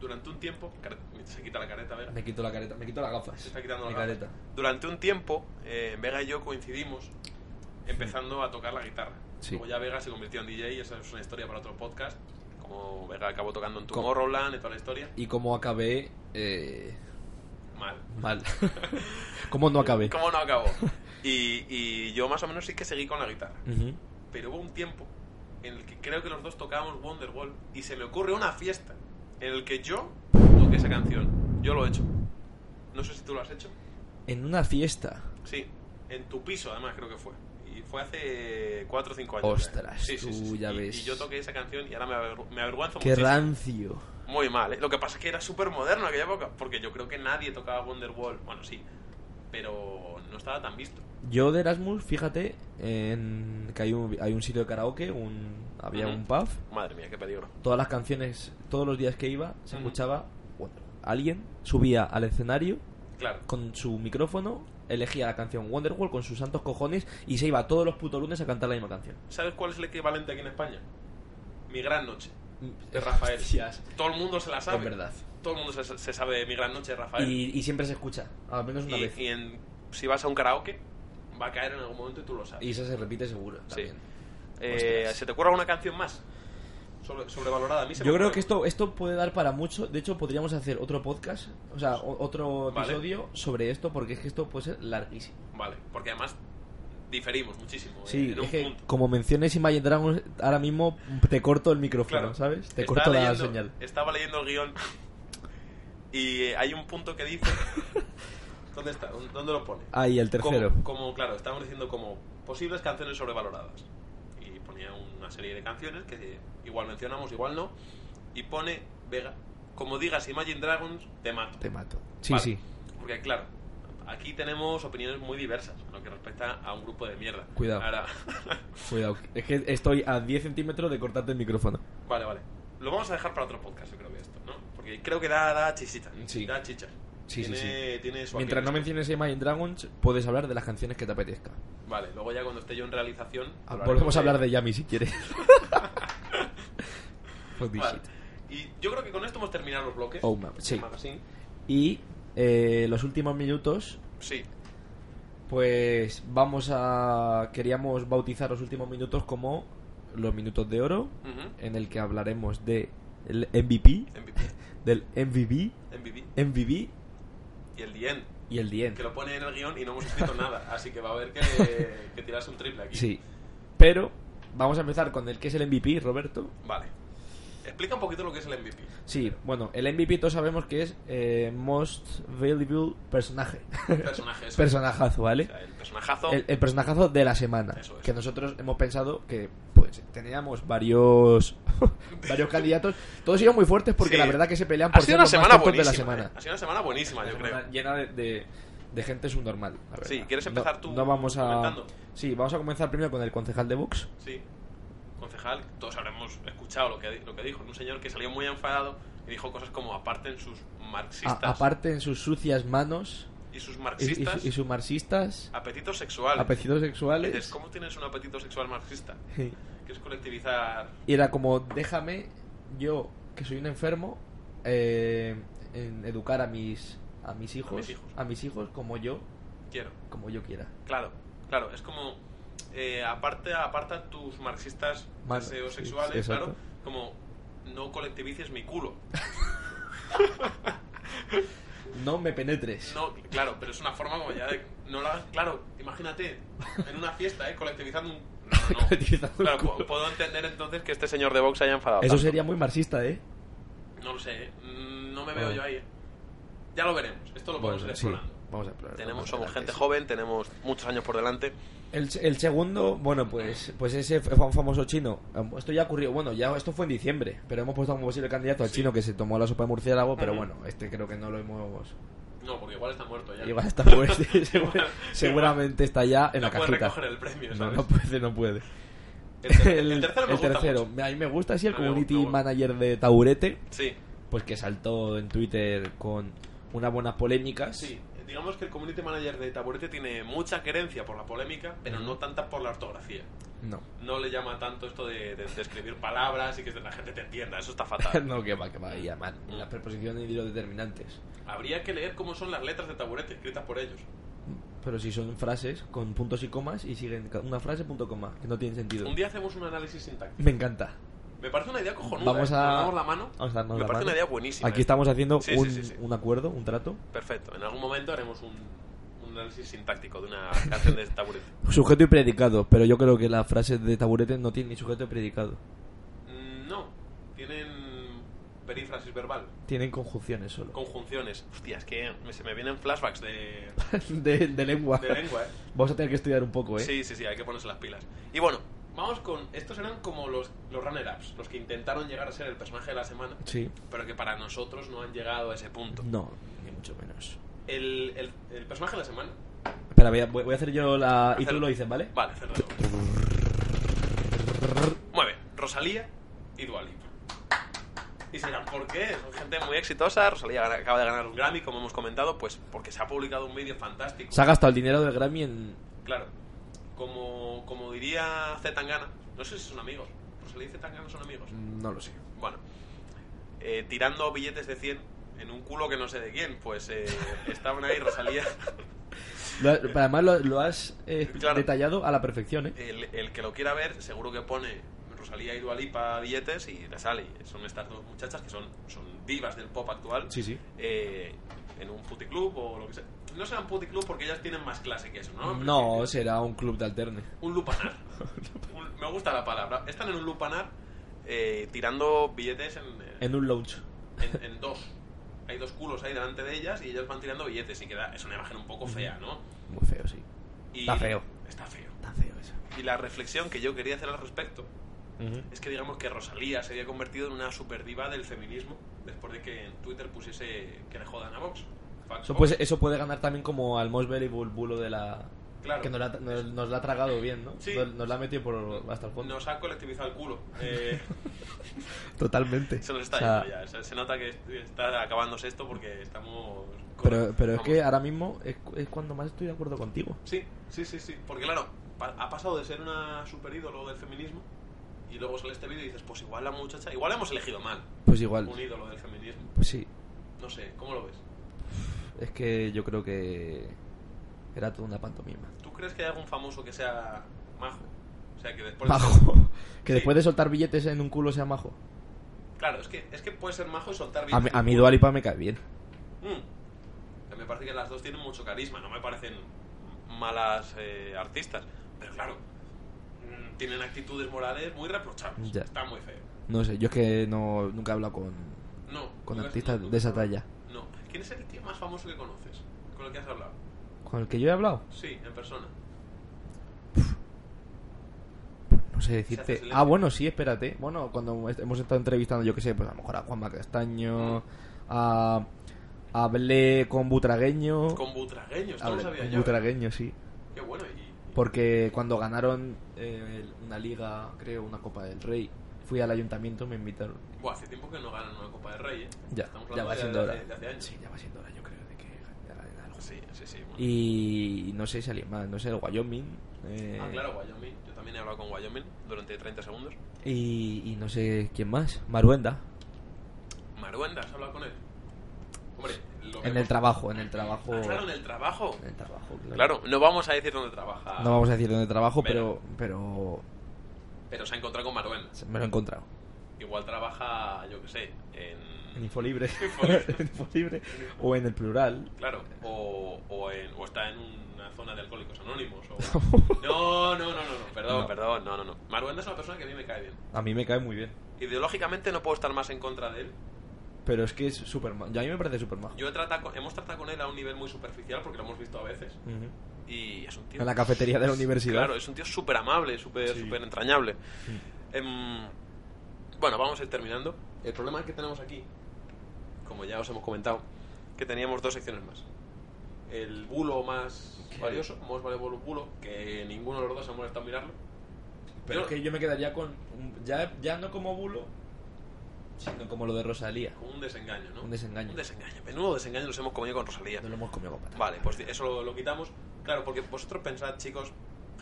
Speaker 1: Durante un tiempo... care- Se quita la careta, Vega.
Speaker 2: Me quito la careta, me quito las
Speaker 1: Se
Speaker 2: gafas.
Speaker 1: está quitando
Speaker 2: Mi
Speaker 1: la
Speaker 2: careta.
Speaker 1: Durante un tiempo, eh, Vega y yo coincidimos empezando a tocar la guitarra.
Speaker 2: Sí.
Speaker 1: Luego ya Vega se convirtió en DJ y esa es una historia para otro podcast. Como Vega acabó tocando en Tomorrowland y toda la historia.
Speaker 2: Y como acabé eh,
Speaker 1: Mal.
Speaker 2: mal. ¿Cómo no acabé?
Speaker 1: ¿Cómo no acabó? Y, y yo más o menos sí que seguí con la guitarra.
Speaker 2: Ujú.
Speaker 1: Pero hubo un tiempo en el que creo que los dos tocábamos Wonderwall y se me ocurre una fiesta en el que yo toqué esa canción. Yo lo he hecho. No sé si tú lo has hecho.
Speaker 2: En una fiesta.
Speaker 1: Sí, en tu piso además creo que fue. Y fue hace 4 o 5 años.
Speaker 2: Ostras,
Speaker 1: Sí, sí,
Speaker 2: tú
Speaker 1: sí, sí.
Speaker 2: ya
Speaker 1: Y-
Speaker 2: ves.
Speaker 1: Y yo toqué esa canción y ahora me, avergo- me avergüenzo
Speaker 2: Qué
Speaker 1: muchísimo.
Speaker 2: rancio.
Speaker 1: Muy mal, ¿eh? Lo que pasa es que era súper moderno aquella época, porque yo creo que nadie tocaba Wonderwall. Bueno, sí, pero no estaba tan visto.
Speaker 2: Yo de Erasmus, fíjate, en, que hay un, hay un sitio de karaoke, un, había
Speaker 1: Ujú.
Speaker 2: un pub.
Speaker 1: Madre mía, qué peligro.
Speaker 2: Todas las canciones, todos los días que iba, se
Speaker 1: Ujú.
Speaker 2: escuchaba. Wonderwall. Alguien subía al escenario
Speaker 1: Claro.
Speaker 2: con su micrófono, elegía la canción Wonderwall con sus santos cojones y se iba todos los putos lunes a cantar la misma canción.
Speaker 1: ¿Sabes cuál es el equivalente aquí en España? Mi gran noche, de Rafael.
Speaker 2: Hostias,
Speaker 1: Todo el mundo se la sabe.
Speaker 2: es verdad.
Speaker 1: Todo el mundo se, se sabe de Mi gran noche de Rafael.
Speaker 2: Y, y siempre se escucha, al menos una
Speaker 1: Y-
Speaker 2: vez.
Speaker 1: y en- si vas a un karaoke, va a caer en algún momento y tú lo sabes.
Speaker 2: Y esa se repite seguro.
Speaker 1: Sí.
Speaker 2: también.
Speaker 1: Eh,
Speaker 2: Ostras.
Speaker 1: ¿Se te ocurre alguna canción más? Sobre- sobrevalorada a mí se
Speaker 2: Yo
Speaker 1: me
Speaker 2: creo
Speaker 1: ocurre.
Speaker 2: que esto, esto puede dar para mucho. De hecho, podríamos hacer otro podcast, o sea, o- otro
Speaker 1: Vale.
Speaker 2: episodio sobre esto, porque es que esto puede ser larguísimo.
Speaker 1: Vale, porque además diferimos muchísimo.
Speaker 2: Sí,
Speaker 1: en un
Speaker 2: es que
Speaker 1: punto.
Speaker 2: como menciones Imagine Dragons, ahora mismo te corto el micrófono,
Speaker 1: Claro.
Speaker 2: ¿sabes? Te
Speaker 1: Estaba
Speaker 2: corto la
Speaker 1: leyendo-
Speaker 2: señal.
Speaker 1: Estaba leyendo el guión y eh, hay un punto que dice... ¿Dónde está? ¿Dónde lo pone?
Speaker 2: Ahí, el tercero.
Speaker 1: Como, como, claro, estábamos diciendo como posibles canciones sobrevaloradas. Y ponía una serie de canciones que igual mencionamos, igual no. Y pone, Vega, como digas Imagine Dragons, te mato.
Speaker 2: Te mato. Sí,
Speaker 1: Vale.
Speaker 2: sí.
Speaker 1: Porque claro, aquí tenemos opiniones muy diversas en lo que respecta a un grupo de mierda.
Speaker 2: Cuidado.
Speaker 1: Ahora,
Speaker 2: Cuidado. Es que estoy a 10 centímetros de cortarte el micrófono.
Speaker 1: vale, vale. Lo vamos a dejar para otro podcast, yo creo que esto, ¿no? Porque creo que da, da chisita. ¿eh?
Speaker 2: Sí.
Speaker 1: Da chicha.
Speaker 2: Sí, sí,
Speaker 1: tiene, tiene su
Speaker 2: Mientras
Speaker 1: aquel
Speaker 2: no
Speaker 1: esto.
Speaker 2: menciones Imagine Dragons, puedes hablar de las canciones que te apetezca.
Speaker 1: Vale, luego ya cuando esté yo en realización...
Speaker 2: Ah, Volvemos a hablar de Yami si quieres. Fuck this
Speaker 1: Vale.
Speaker 2: shit.
Speaker 1: Y yo creo que con esto hemos terminado los bloques.
Speaker 2: Oh, ma- sí.
Speaker 1: El magazine.
Speaker 2: Y eh, los últimos minutos,
Speaker 1: Sí.
Speaker 2: pues vamos a. Queríamos bautizar los últimos minutos como los minutos de oro,
Speaker 1: Ujú.
Speaker 2: en el que hablaremos de el MVP,
Speaker 1: MVP.
Speaker 2: del MVP,
Speaker 1: MVP.
Speaker 2: MVP
Speaker 1: Y el Dien,
Speaker 2: y el DN.
Speaker 1: que lo pone en el guión y no hemos escrito nada. Así que va a haber que, que tirarse un triple aquí.
Speaker 2: Sí. Pero vamos a empezar con el que es el MVP, Roberto.
Speaker 1: Vale. Explica un poquito lo que es el MVP.
Speaker 2: Sí, bueno, el MVP todos sabemos que es eh, Most Valuable Personaje.
Speaker 1: Personaje, eso.
Speaker 2: Personajazo,
Speaker 1: O
Speaker 2: ¿vale?
Speaker 1: sea, el personajazo.
Speaker 2: El, el personajazo de la semana.
Speaker 1: Eso es.
Speaker 2: Que nosotros hemos pensado que pues teníamos varios varios candidatos. Todos iban muy fuertes porque
Speaker 1: Sí.
Speaker 2: la verdad que se pelean
Speaker 1: Ha
Speaker 2: por ser
Speaker 1: sido una
Speaker 2: los más
Speaker 1: semana
Speaker 2: tontos de
Speaker 1: buenísima.
Speaker 2: la semana.
Speaker 1: ¿eh? Ha sido una semana buenísima, yo
Speaker 2: Una semana
Speaker 1: creo.
Speaker 2: llena de, de- de gente subnormal. la verdad.
Speaker 1: Sí, ¿quieres empezar
Speaker 2: No-
Speaker 1: tú
Speaker 2: No vamos a.
Speaker 1: comentando?
Speaker 2: Sí, vamos a comenzar primero con el concejal de Vox.
Speaker 1: Sí. Concejal, todos habremos escuchado lo que, di- lo que dijo. Un señor que salió muy enfadado y dijo cosas como aparten sus
Speaker 2: A-
Speaker 1: marxistas
Speaker 2: aparte en sus sucias manos
Speaker 1: y sus
Speaker 2: y- y,
Speaker 1: marxistas
Speaker 2: y sus marxistas,
Speaker 1: apetitos sexuales.
Speaker 2: apetitos
Speaker 1: Dices,
Speaker 2: sexuales.
Speaker 1: ¿Cómo tienes un apetito sexual marxista?
Speaker 2: Sí.
Speaker 1: Que es colectivizar.
Speaker 2: Y era como, déjame, yo que soy un enfermo, eh, en educar a mis, a mis hijos, a mis
Speaker 1: hijos.
Speaker 2: hijos, como yo,
Speaker 1: Quiero.
Speaker 2: como yo quiera.
Speaker 1: Claro, claro. Es como. eh, aparte, aparta tus marxistas
Speaker 2: Mal-
Speaker 1: deseos
Speaker 2: sí,
Speaker 1: sexuales,
Speaker 2: sí,
Speaker 1: claro.
Speaker 2: exacto.
Speaker 1: Como. No colectivices mi culo.
Speaker 2: No me penetres.
Speaker 1: No, claro, pero es una forma como ya de. No la, claro, imagínate, en una fiesta, ¿eh? Colectivizando un. No, no, no.
Speaker 2: Utilizando el
Speaker 1: Claro,
Speaker 2: culo.
Speaker 1: pu- puedo entender entonces que este señor de Vox haya enfadado.
Speaker 2: Eso
Speaker 1: tanto.
Speaker 2: sería muy marxista, ¿eh?
Speaker 1: No lo sé, ¿eh? Mm, no me veo
Speaker 2: Bueno.
Speaker 1: yo ahí. ¿eh? Ya lo veremos, esto lo podemos
Speaker 2: Bueno,
Speaker 1: ir
Speaker 2: sí.
Speaker 1: explorando.
Speaker 2: Vamos a explorar.
Speaker 1: Tenemos,
Speaker 2: más
Speaker 1: somos
Speaker 2: adelante,
Speaker 1: gente
Speaker 2: sí.
Speaker 1: joven, tenemos muchos años por delante.
Speaker 2: El, el segundo, bueno, pues, pues ese fue un famoso chino. Em, Esto ya ocurrió, bueno, ya esto fue en diciembre, pero hemos puesto como posible candidato al chino que se tomó la sopa de murciélago, pero
Speaker 1: Ujú.
Speaker 2: bueno, este creo que no lo hemos.
Speaker 1: No, porque igual está muerto ya.
Speaker 2: Igual está fuerte, segura- seguramente está ya en
Speaker 1: no
Speaker 2: la
Speaker 1: puede
Speaker 2: cajita.
Speaker 1: recoger el premio,
Speaker 2: no,
Speaker 1: ¿sabes?
Speaker 2: no puede, no puede.
Speaker 1: El, ter- el tercero me
Speaker 2: el
Speaker 1: gusta
Speaker 2: tercero.
Speaker 1: mucho.
Speaker 2: a mí me gusta, sí, el
Speaker 1: A mí me
Speaker 2: community
Speaker 1: gusta, bueno.
Speaker 2: manager de Taurete,
Speaker 1: Sí,
Speaker 2: pues que saltó en Twitter con unas buenas polémicas.
Speaker 1: sí. Digamos que el community manager de Taburete tiene mucha querencia por la polémica, pero no tanta por la ortografía.
Speaker 2: No,
Speaker 1: No le llama tanto esto de, de- de escribir palabras y que la gente te entienda. Eso está fatal.
Speaker 2: no, que va, que va, y además, las preposiciones y los determinantes.
Speaker 1: Habría que leer cómo son las letras de Taburete escritas por ellos.
Speaker 2: Pero si son frases con puntos y comas y siguen ca- una frase, punto, coma, que no tienen sentido.
Speaker 1: Un día hacemos un análisis sintáctico.
Speaker 2: Me encanta.
Speaker 1: Me parece una idea cojonuda.
Speaker 2: Vamos
Speaker 1: ¿eh?
Speaker 2: a-
Speaker 1: Nos damos la mano.
Speaker 2: Vamos a darnos
Speaker 1: Me
Speaker 2: la
Speaker 1: parece
Speaker 2: mano.
Speaker 1: una idea buenísima.
Speaker 2: Aquí
Speaker 1: ¿eh?
Speaker 2: estamos haciendo
Speaker 1: Sí, sí,
Speaker 2: un,
Speaker 1: sí, sí.
Speaker 2: un acuerdo, un trato.
Speaker 1: Perfecto. En algún momento haremos un, un análisis sintáctico de una canción de Taburete.
Speaker 2: Sujeto y predicado, pero yo creo que las frases de taburete no tienen ni sujeto y predicado.
Speaker 1: Mm, No, tienen perífrasis verbal,
Speaker 2: Tienen conjunciones solo.
Speaker 1: conjunciones. Hostia, es que me- se me vienen flashbacks de,
Speaker 2: de, de lengua.
Speaker 1: de lengua, ¿eh?
Speaker 2: Vamos a tener que estudiar un poco, ¿eh?
Speaker 1: Sí, sí, sí, hay que ponerse las pilas. Y bueno, vamos con. Estos eran como los, los runner-ups, los que intentaron llegar a ser el personaje de la semana,
Speaker 2: Sí.
Speaker 1: pero que para nosotros no han llegado a ese punto.
Speaker 2: No, ni mucho menos.
Speaker 1: El, el- el personaje de la semana.
Speaker 2: Espera, voy a, voy voy a hacer yo la... Y tú
Speaker 1: Hacerlo.
Speaker 2: lo dices, ¿vale?
Speaker 1: Vale, cerrado. Mueve, Rosalía y Dualipa. Y se dirán, ¿por qué? Son gente muy exitosa. Rosalía gana- acaba de ganar un Grammy, como hemos comentado, pues porque se ha publicado un vídeo fantástico.
Speaker 2: Se ha gastado el dinero del Grammy en...
Speaker 1: Claro. Como, como diría Z Tangana, no sé si son amigos. Rosalía y Z Tangana son amigos.
Speaker 2: No lo sé.
Speaker 1: Bueno, eh, tirando billetes de 100 en un culo que no sé de quién, pues eh, estaban ahí Rosalía.
Speaker 2: Lo has- pero además lo, lo has eh,
Speaker 1: Claro.
Speaker 2: detallado a la perfección, ¿eh?
Speaker 1: El, el que lo quiera ver, seguro que pone Rosalía y Dualipa billetes y le sale. Y Son estas dos muchachas que son, son divas del pop actual.
Speaker 2: Sí, sí.
Speaker 1: eh, en un puticlub o lo que sea. No serán puticlub porque ellas tienen más clase que eso, ¿no? eh,
Speaker 2: No, será un club de alterne.
Speaker 1: Un lupanar. Un- me gusta la palabra. Están en un lupanar eh, tirando billetes en, eh,
Speaker 2: En un lounge.
Speaker 1: en- en dos. Hay dos culos ahí delante de ellas y ellas van tirando billetes y queda. Es una imagen un poco fea, ¿no?
Speaker 2: Muy feo, sí.
Speaker 1: Y-
Speaker 2: Está feo.
Speaker 1: Está feo.
Speaker 2: Está feo eso.
Speaker 1: Y la reflexión que yo quería hacer al respecto es que digamos que Rosalía se había convertido en una superdiva del feminismo después de que en Twitter pusiese que le jodan a Vox. Fuck
Speaker 2: Eso,
Speaker 1: Vox.
Speaker 2: pues, eso puede ganar también como al Mosberry Bulbulo de la...
Speaker 1: Claro.
Speaker 2: Que nos la, nos, nos la ha tragado bien, ¿no?
Speaker 1: Sí.
Speaker 2: Nos, nos la ha metido por, hasta el fondo.
Speaker 1: Nos ha colectivizado el culo. Eh,
Speaker 2: Totalmente.
Speaker 1: se nos está
Speaker 2: O sea,
Speaker 1: yendo ya. Se, se nota que está acabándose esto porque estamos. con-
Speaker 2: Pero, pero es
Speaker 1: vamos.
Speaker 2: que ahora mismo es, cu- es cuando más estoy de acuerdo contigo.
Speaker 1: Sí, sí, sí, sí. Porque claro, pa- ha pasado de ser una superídolo del feminismo y luego sale este vídeo y dices, pues igual la muchacha. Igual hemos elegido mal
Speaker 2: Pues igual.
Speaker 1: un ídolo del feminismo.
Speaker 2: Pues sí.
Speaker 1: No sé, ¿cómo lo ves?
Speaker 2: Es que yo creo que era toda una pantomima.
Speaker 1: ¿Tú crees que hay algún famoso que sea majo? O sea, que después. de
Speaker 2: Majo.
Speaker 1: Sí.
Speaker 2: Que después de soltar billetes en un culo sea majo.
Speaker 1: ser- Claro, es que, es que puede ser majo y soltar
Speaker 2: A,
Speaker 1: bien.
Speaker 2: mí- a mí Dualipa me cae bien.
Speaker 1: Mm. Que Me parece que las dos tienen mucho carisma, no me parecen malas eh, artistas. Pero claro, mm, tienen actitudes morales muy reprochables.
Speaker 2: Ya.
Speaker 1: Está muy feo.
Speaker 2: No sé, yo es que no, nunca he hablado con,
Speaker 1: No.
Speaker 2: con
Speaker 1: nunca-
Speaker 2: artistas
Speaker 1: nunca-
Speaker 2: de esa talla.
Speaker 1: No. ¿Quién es el tío más famoso que conoces? Con el que has hablado.
Speaker 2: ¿Con el que yo he hablado?
Speaker 1: Sí, en persona.
Speaker 2: No
Speaker 1: Se
Speaker 2: sé
Speaker 1: hace
Speaker 2: decirte.
Speaker 1: silencio.
Speaker 2: Ah, bueno, sí, espérate. Bueno, cuando est- hemos estado entrevistando, yo qué sé, pues a lo mejor a Juanma
Speaker 1: Mm.
Speaker 2: Castaño, a. Hablé con Butragueño.
Speaker 1: Con butragueños, esto lo
Speaker 2: Hablé
Speaker 1: sabía
Speaker 2: con
Speaker 1: yo. ¿eh?
Speaker 2: Butragueño, sí.
Speaker 1: Qué bueno. Y,
Speaker 2: Porque cuando ganaron eh, una liga, creo, una Copa del Rey, fui al ayuntamiento, me invitaron.
Speaker 1: Buah, hace tiempo que no ganan una Copa del Rey, ¿eh?
Speaker 2: Ya,
Speaker 1: Estamos
Speaker 2: ya
Speaker 1: hablando
Speaker 2: va
Speaker 1: de-
Speaker 2: siendo
Speaker 1: de-
Speaker 2: hora.
Speaker 1: de hace años.
Speaker 2: Sí, ya va siendo hora, yo creo, de que de ganar algo.
Speaker 1: Sí, sí, sí. bueno.
Speaker 2: Y no sé si alguien más, no sé, el Wyoming. eh,
Speaker 1: Ah, claro, Wyoming. Yo también he hablado con Wyoming durante 30 segundos.
Speaker 2: y, y no sé quién más. Maruenda.
Speaker 1: Maruenda, ¿has hablado con él? Hombre, lo que
Speaker 2: En el
Speaker 1: hemos-
Speaker 2: trabajo, en el trabajo.
Speaker 1: Ah, claro, en el trabajo.
Speaker 2: en el trabajo,
Speaker 1: Claro, no vamos a decir dónde trabaja.
Speaker 2: No vamos a decir dónde trabajo,
Speaker 1: Pero-
Speaker 2: pero, pero
Speaker 1: Pero se ha encontrado con Maruenda.
Speaker 2: se- me lo he encontrado.
Speaker 1: Igual trabaja, yo qué sé,
Speaker 2: En
Speaker 1: en.
Speaker 2: Infolibre.
Speaker 1: Infolibre.
Speaker 2: En Infolibre. O en el plural.
Speaker 1: Claro, o, o, en- o está en una zona de alcohólicos anónimos. O... No, no, no, no, no, perdón,
Speaker 2: No.
Speaker 1: perdón, no, no, no. Maruenda es una persona que a mí me cae bien.
Speaker 2: A mí me cae muy bien.
Speaker 1: Ideológicamente no puedo estar más en contra de él,
Speaker 2: pero es que es súper majo. Yo- A mí me parece súper majo.
Speaker 1: Yo he tratado con- hemos tratado con él a un nivel muy superficial porque lo hemos visto a veces.
Speaker 2: Ujú.
Speaker 1: Y es un tío.
Speaker 2: En la cafetería de la universidad.
Speaker 1: Claro, es un tío súper amable, súper
Speaker 2: Sí.
Speaker 1: súper entrañable. Em, bueno, vamos a ir terminando. El problema que tenemos aquí, como ya os hemos comentado, que teníamos dos secciones más. El bulo más valioso, más valioso bulo, que ninguno de los dos se ha molestado en mirarlo.
Speaker 3: Pero
Speaker 1: Yo-
Speaker 3: es que yo me quedaría con. un- Ya, ya no como bulo, sino como lo de Rosalía.
Speaker 1: Con un desengaño, ¿no?
Speaker 3: Un desengaño.
Speaker 1: Un desengaño. Menudo desengaño nos hemos comido con Rosalía.
Speaker 3: No lo hemos comido con patata.
Speaker 1: Vale, pues eso lo, lo quitamos. Claro, porque vosotros pensad, chicos,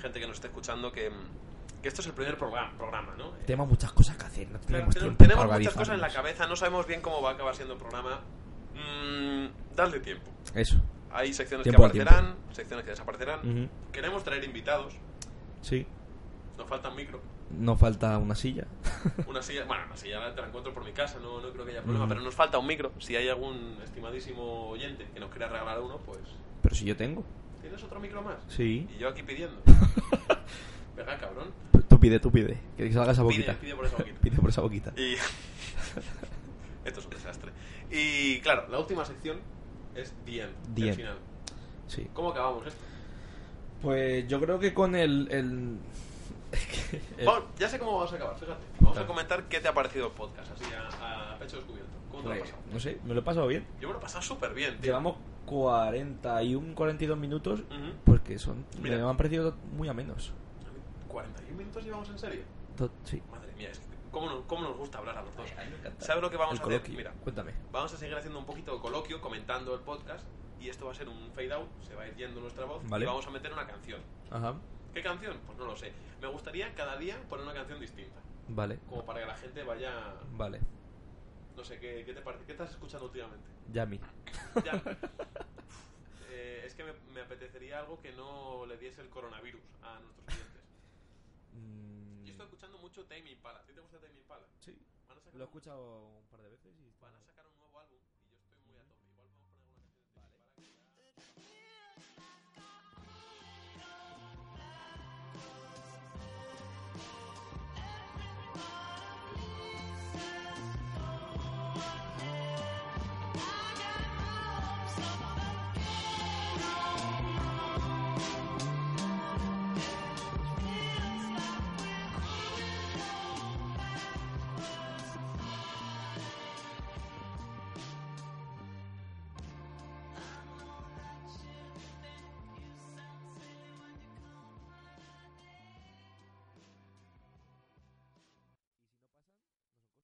Speaker 1: gente que nos está escuchando, que, mm, que esto es el primer programa, programa ¿no?
Speaker 3: Tenemos muchas cosas que hacer, no
Speaker 1: Claro,
Speaker 3: tenemos
Speaker 1: ten-
Speaker 3: tiempo.
Speaker 1: tenemos
Speaker 3: para
Speaker 1: muchas cosas en la
Speaker 3: organizarnos.
Speaker 1: cabeza, no sabemos bien cómo va a acabar siendo el programa. Mm, dadle tiempo.
Speaker 2: Eso.
Speaker 1: Hay secciones
Speaker 2: Tiempo
Speaker 1: que
Speaker 2: al tiempo.
Speaker 1: aparecerán, secciones que desaparecerán.
Speaker 2: Ujú.
Speaker 1: Queremos traer invitados.
Speaker 2: Sí.
Speaker 1: Nos faltan micro.
Speaker 2: No falta una silla.
Speaker 1: Una silla, bueno, una silla te la encuentro por mi casa, no, no creo que haya problema,
Speaker 2: Ujú.
Speaker 1: pero nos falta un micro. Si hay algún estimadísimo oyente que nos quiera regalar uno, pues.
Speaker 2: Pero si yo tengo.
Speaker 1: ¿Tienes otro micro más?
Speaker 2: Sí.
Speaker 1: Y yo aquí pidiendo. Venga, cabrón.
Speaker 2: Tú pide, tú pide. Que salga esa
Speaker 1: Pide,
Speaker 2: boquita.
Speaker 1: pide por esa boquita.
Speaker 2: Pide por esa boquita.
Speaker 1: Y. Esto es un desastre. Y claro, la última sección es DM.
Speaker 2: DM.
Speaker 1: El final.
Speaker 2: Sí.
Speaker 1: ¿Cómo acabamos esto?
Speaker 2: Pues yo creo que con el. el... el-
Speaker 1: Vamos, ya sé cómo vamos a acabar, fíjate. Vamos a
Speaker 2: Claro.
Speaker 1: comentar qué te ha parecido el podcast, así a, a pecho descubierto. ¿Cómo te lo has
Speaker 2: pues,
Speaker 1: pasado?
Speaker 2: no sé, me lo he pasado bien.
Speaker 1: Yo me lo he pasado súper bien, tío.
Speaker 2: Llevamos 41, 42 minutos.
Speaker 1: Ujú.
Speaker 2: Pues que son.
Speaker 1: Mira.
Speaker 2: Me han parecido muy a menos.
Speaker 1: 41 minutos llevamos en serio.
Speaker 2: Sí.
Speaker 1: Madre mía, es que ¿cómo, nos, cómo nos gusta hablar a los dos?
Speaker 2: Ay, a mí me encanta.
Speaker 1: ¿Sabes lo que vamos
Speaker 2: El
Speaker 1: a hacer?
Speaker 2: coloquio.
Speaker 1: Mira,
Speaker 2: Cuéntame.
Speaker 1: vamos a seguir haciendo un poquito de coloquio, comentando el podcast. Y esto va a ser un fade out, se va a ir yendo nuestra voz.
Speaker 2: Vale.
Speaker 1: Y vamos a meter una canción.
Speaker 2: Ajá.
Speaker 1: ¿Qué canción? Pues no lo sé. Me gustaría cada día poner una canción distinta.
Speaker 2: Vale.
Speaker 1: Como para que la gente vaya.
Speaker 2: Vale.
Speaker 1: No sé, ¿qué, qué te parece? ¿Qué estás escuchando últimamente?
Speaker 2: Yami.
Speaker 1: Ya. Eh, es que me, me apetecería algo que no le diese el coronavirus a nuestros clientes.
Speaker 2: Mm,
Speaker 1: Yo estoy escuchando mucho Tame Impala. ¿A ti te gusta Tame Impala?
Speaker 2: Sí.
Speaker 1: Van a sacar,
Speaker 2: Lo he escuchado un par de veces y...
Speaker 1: van a sacar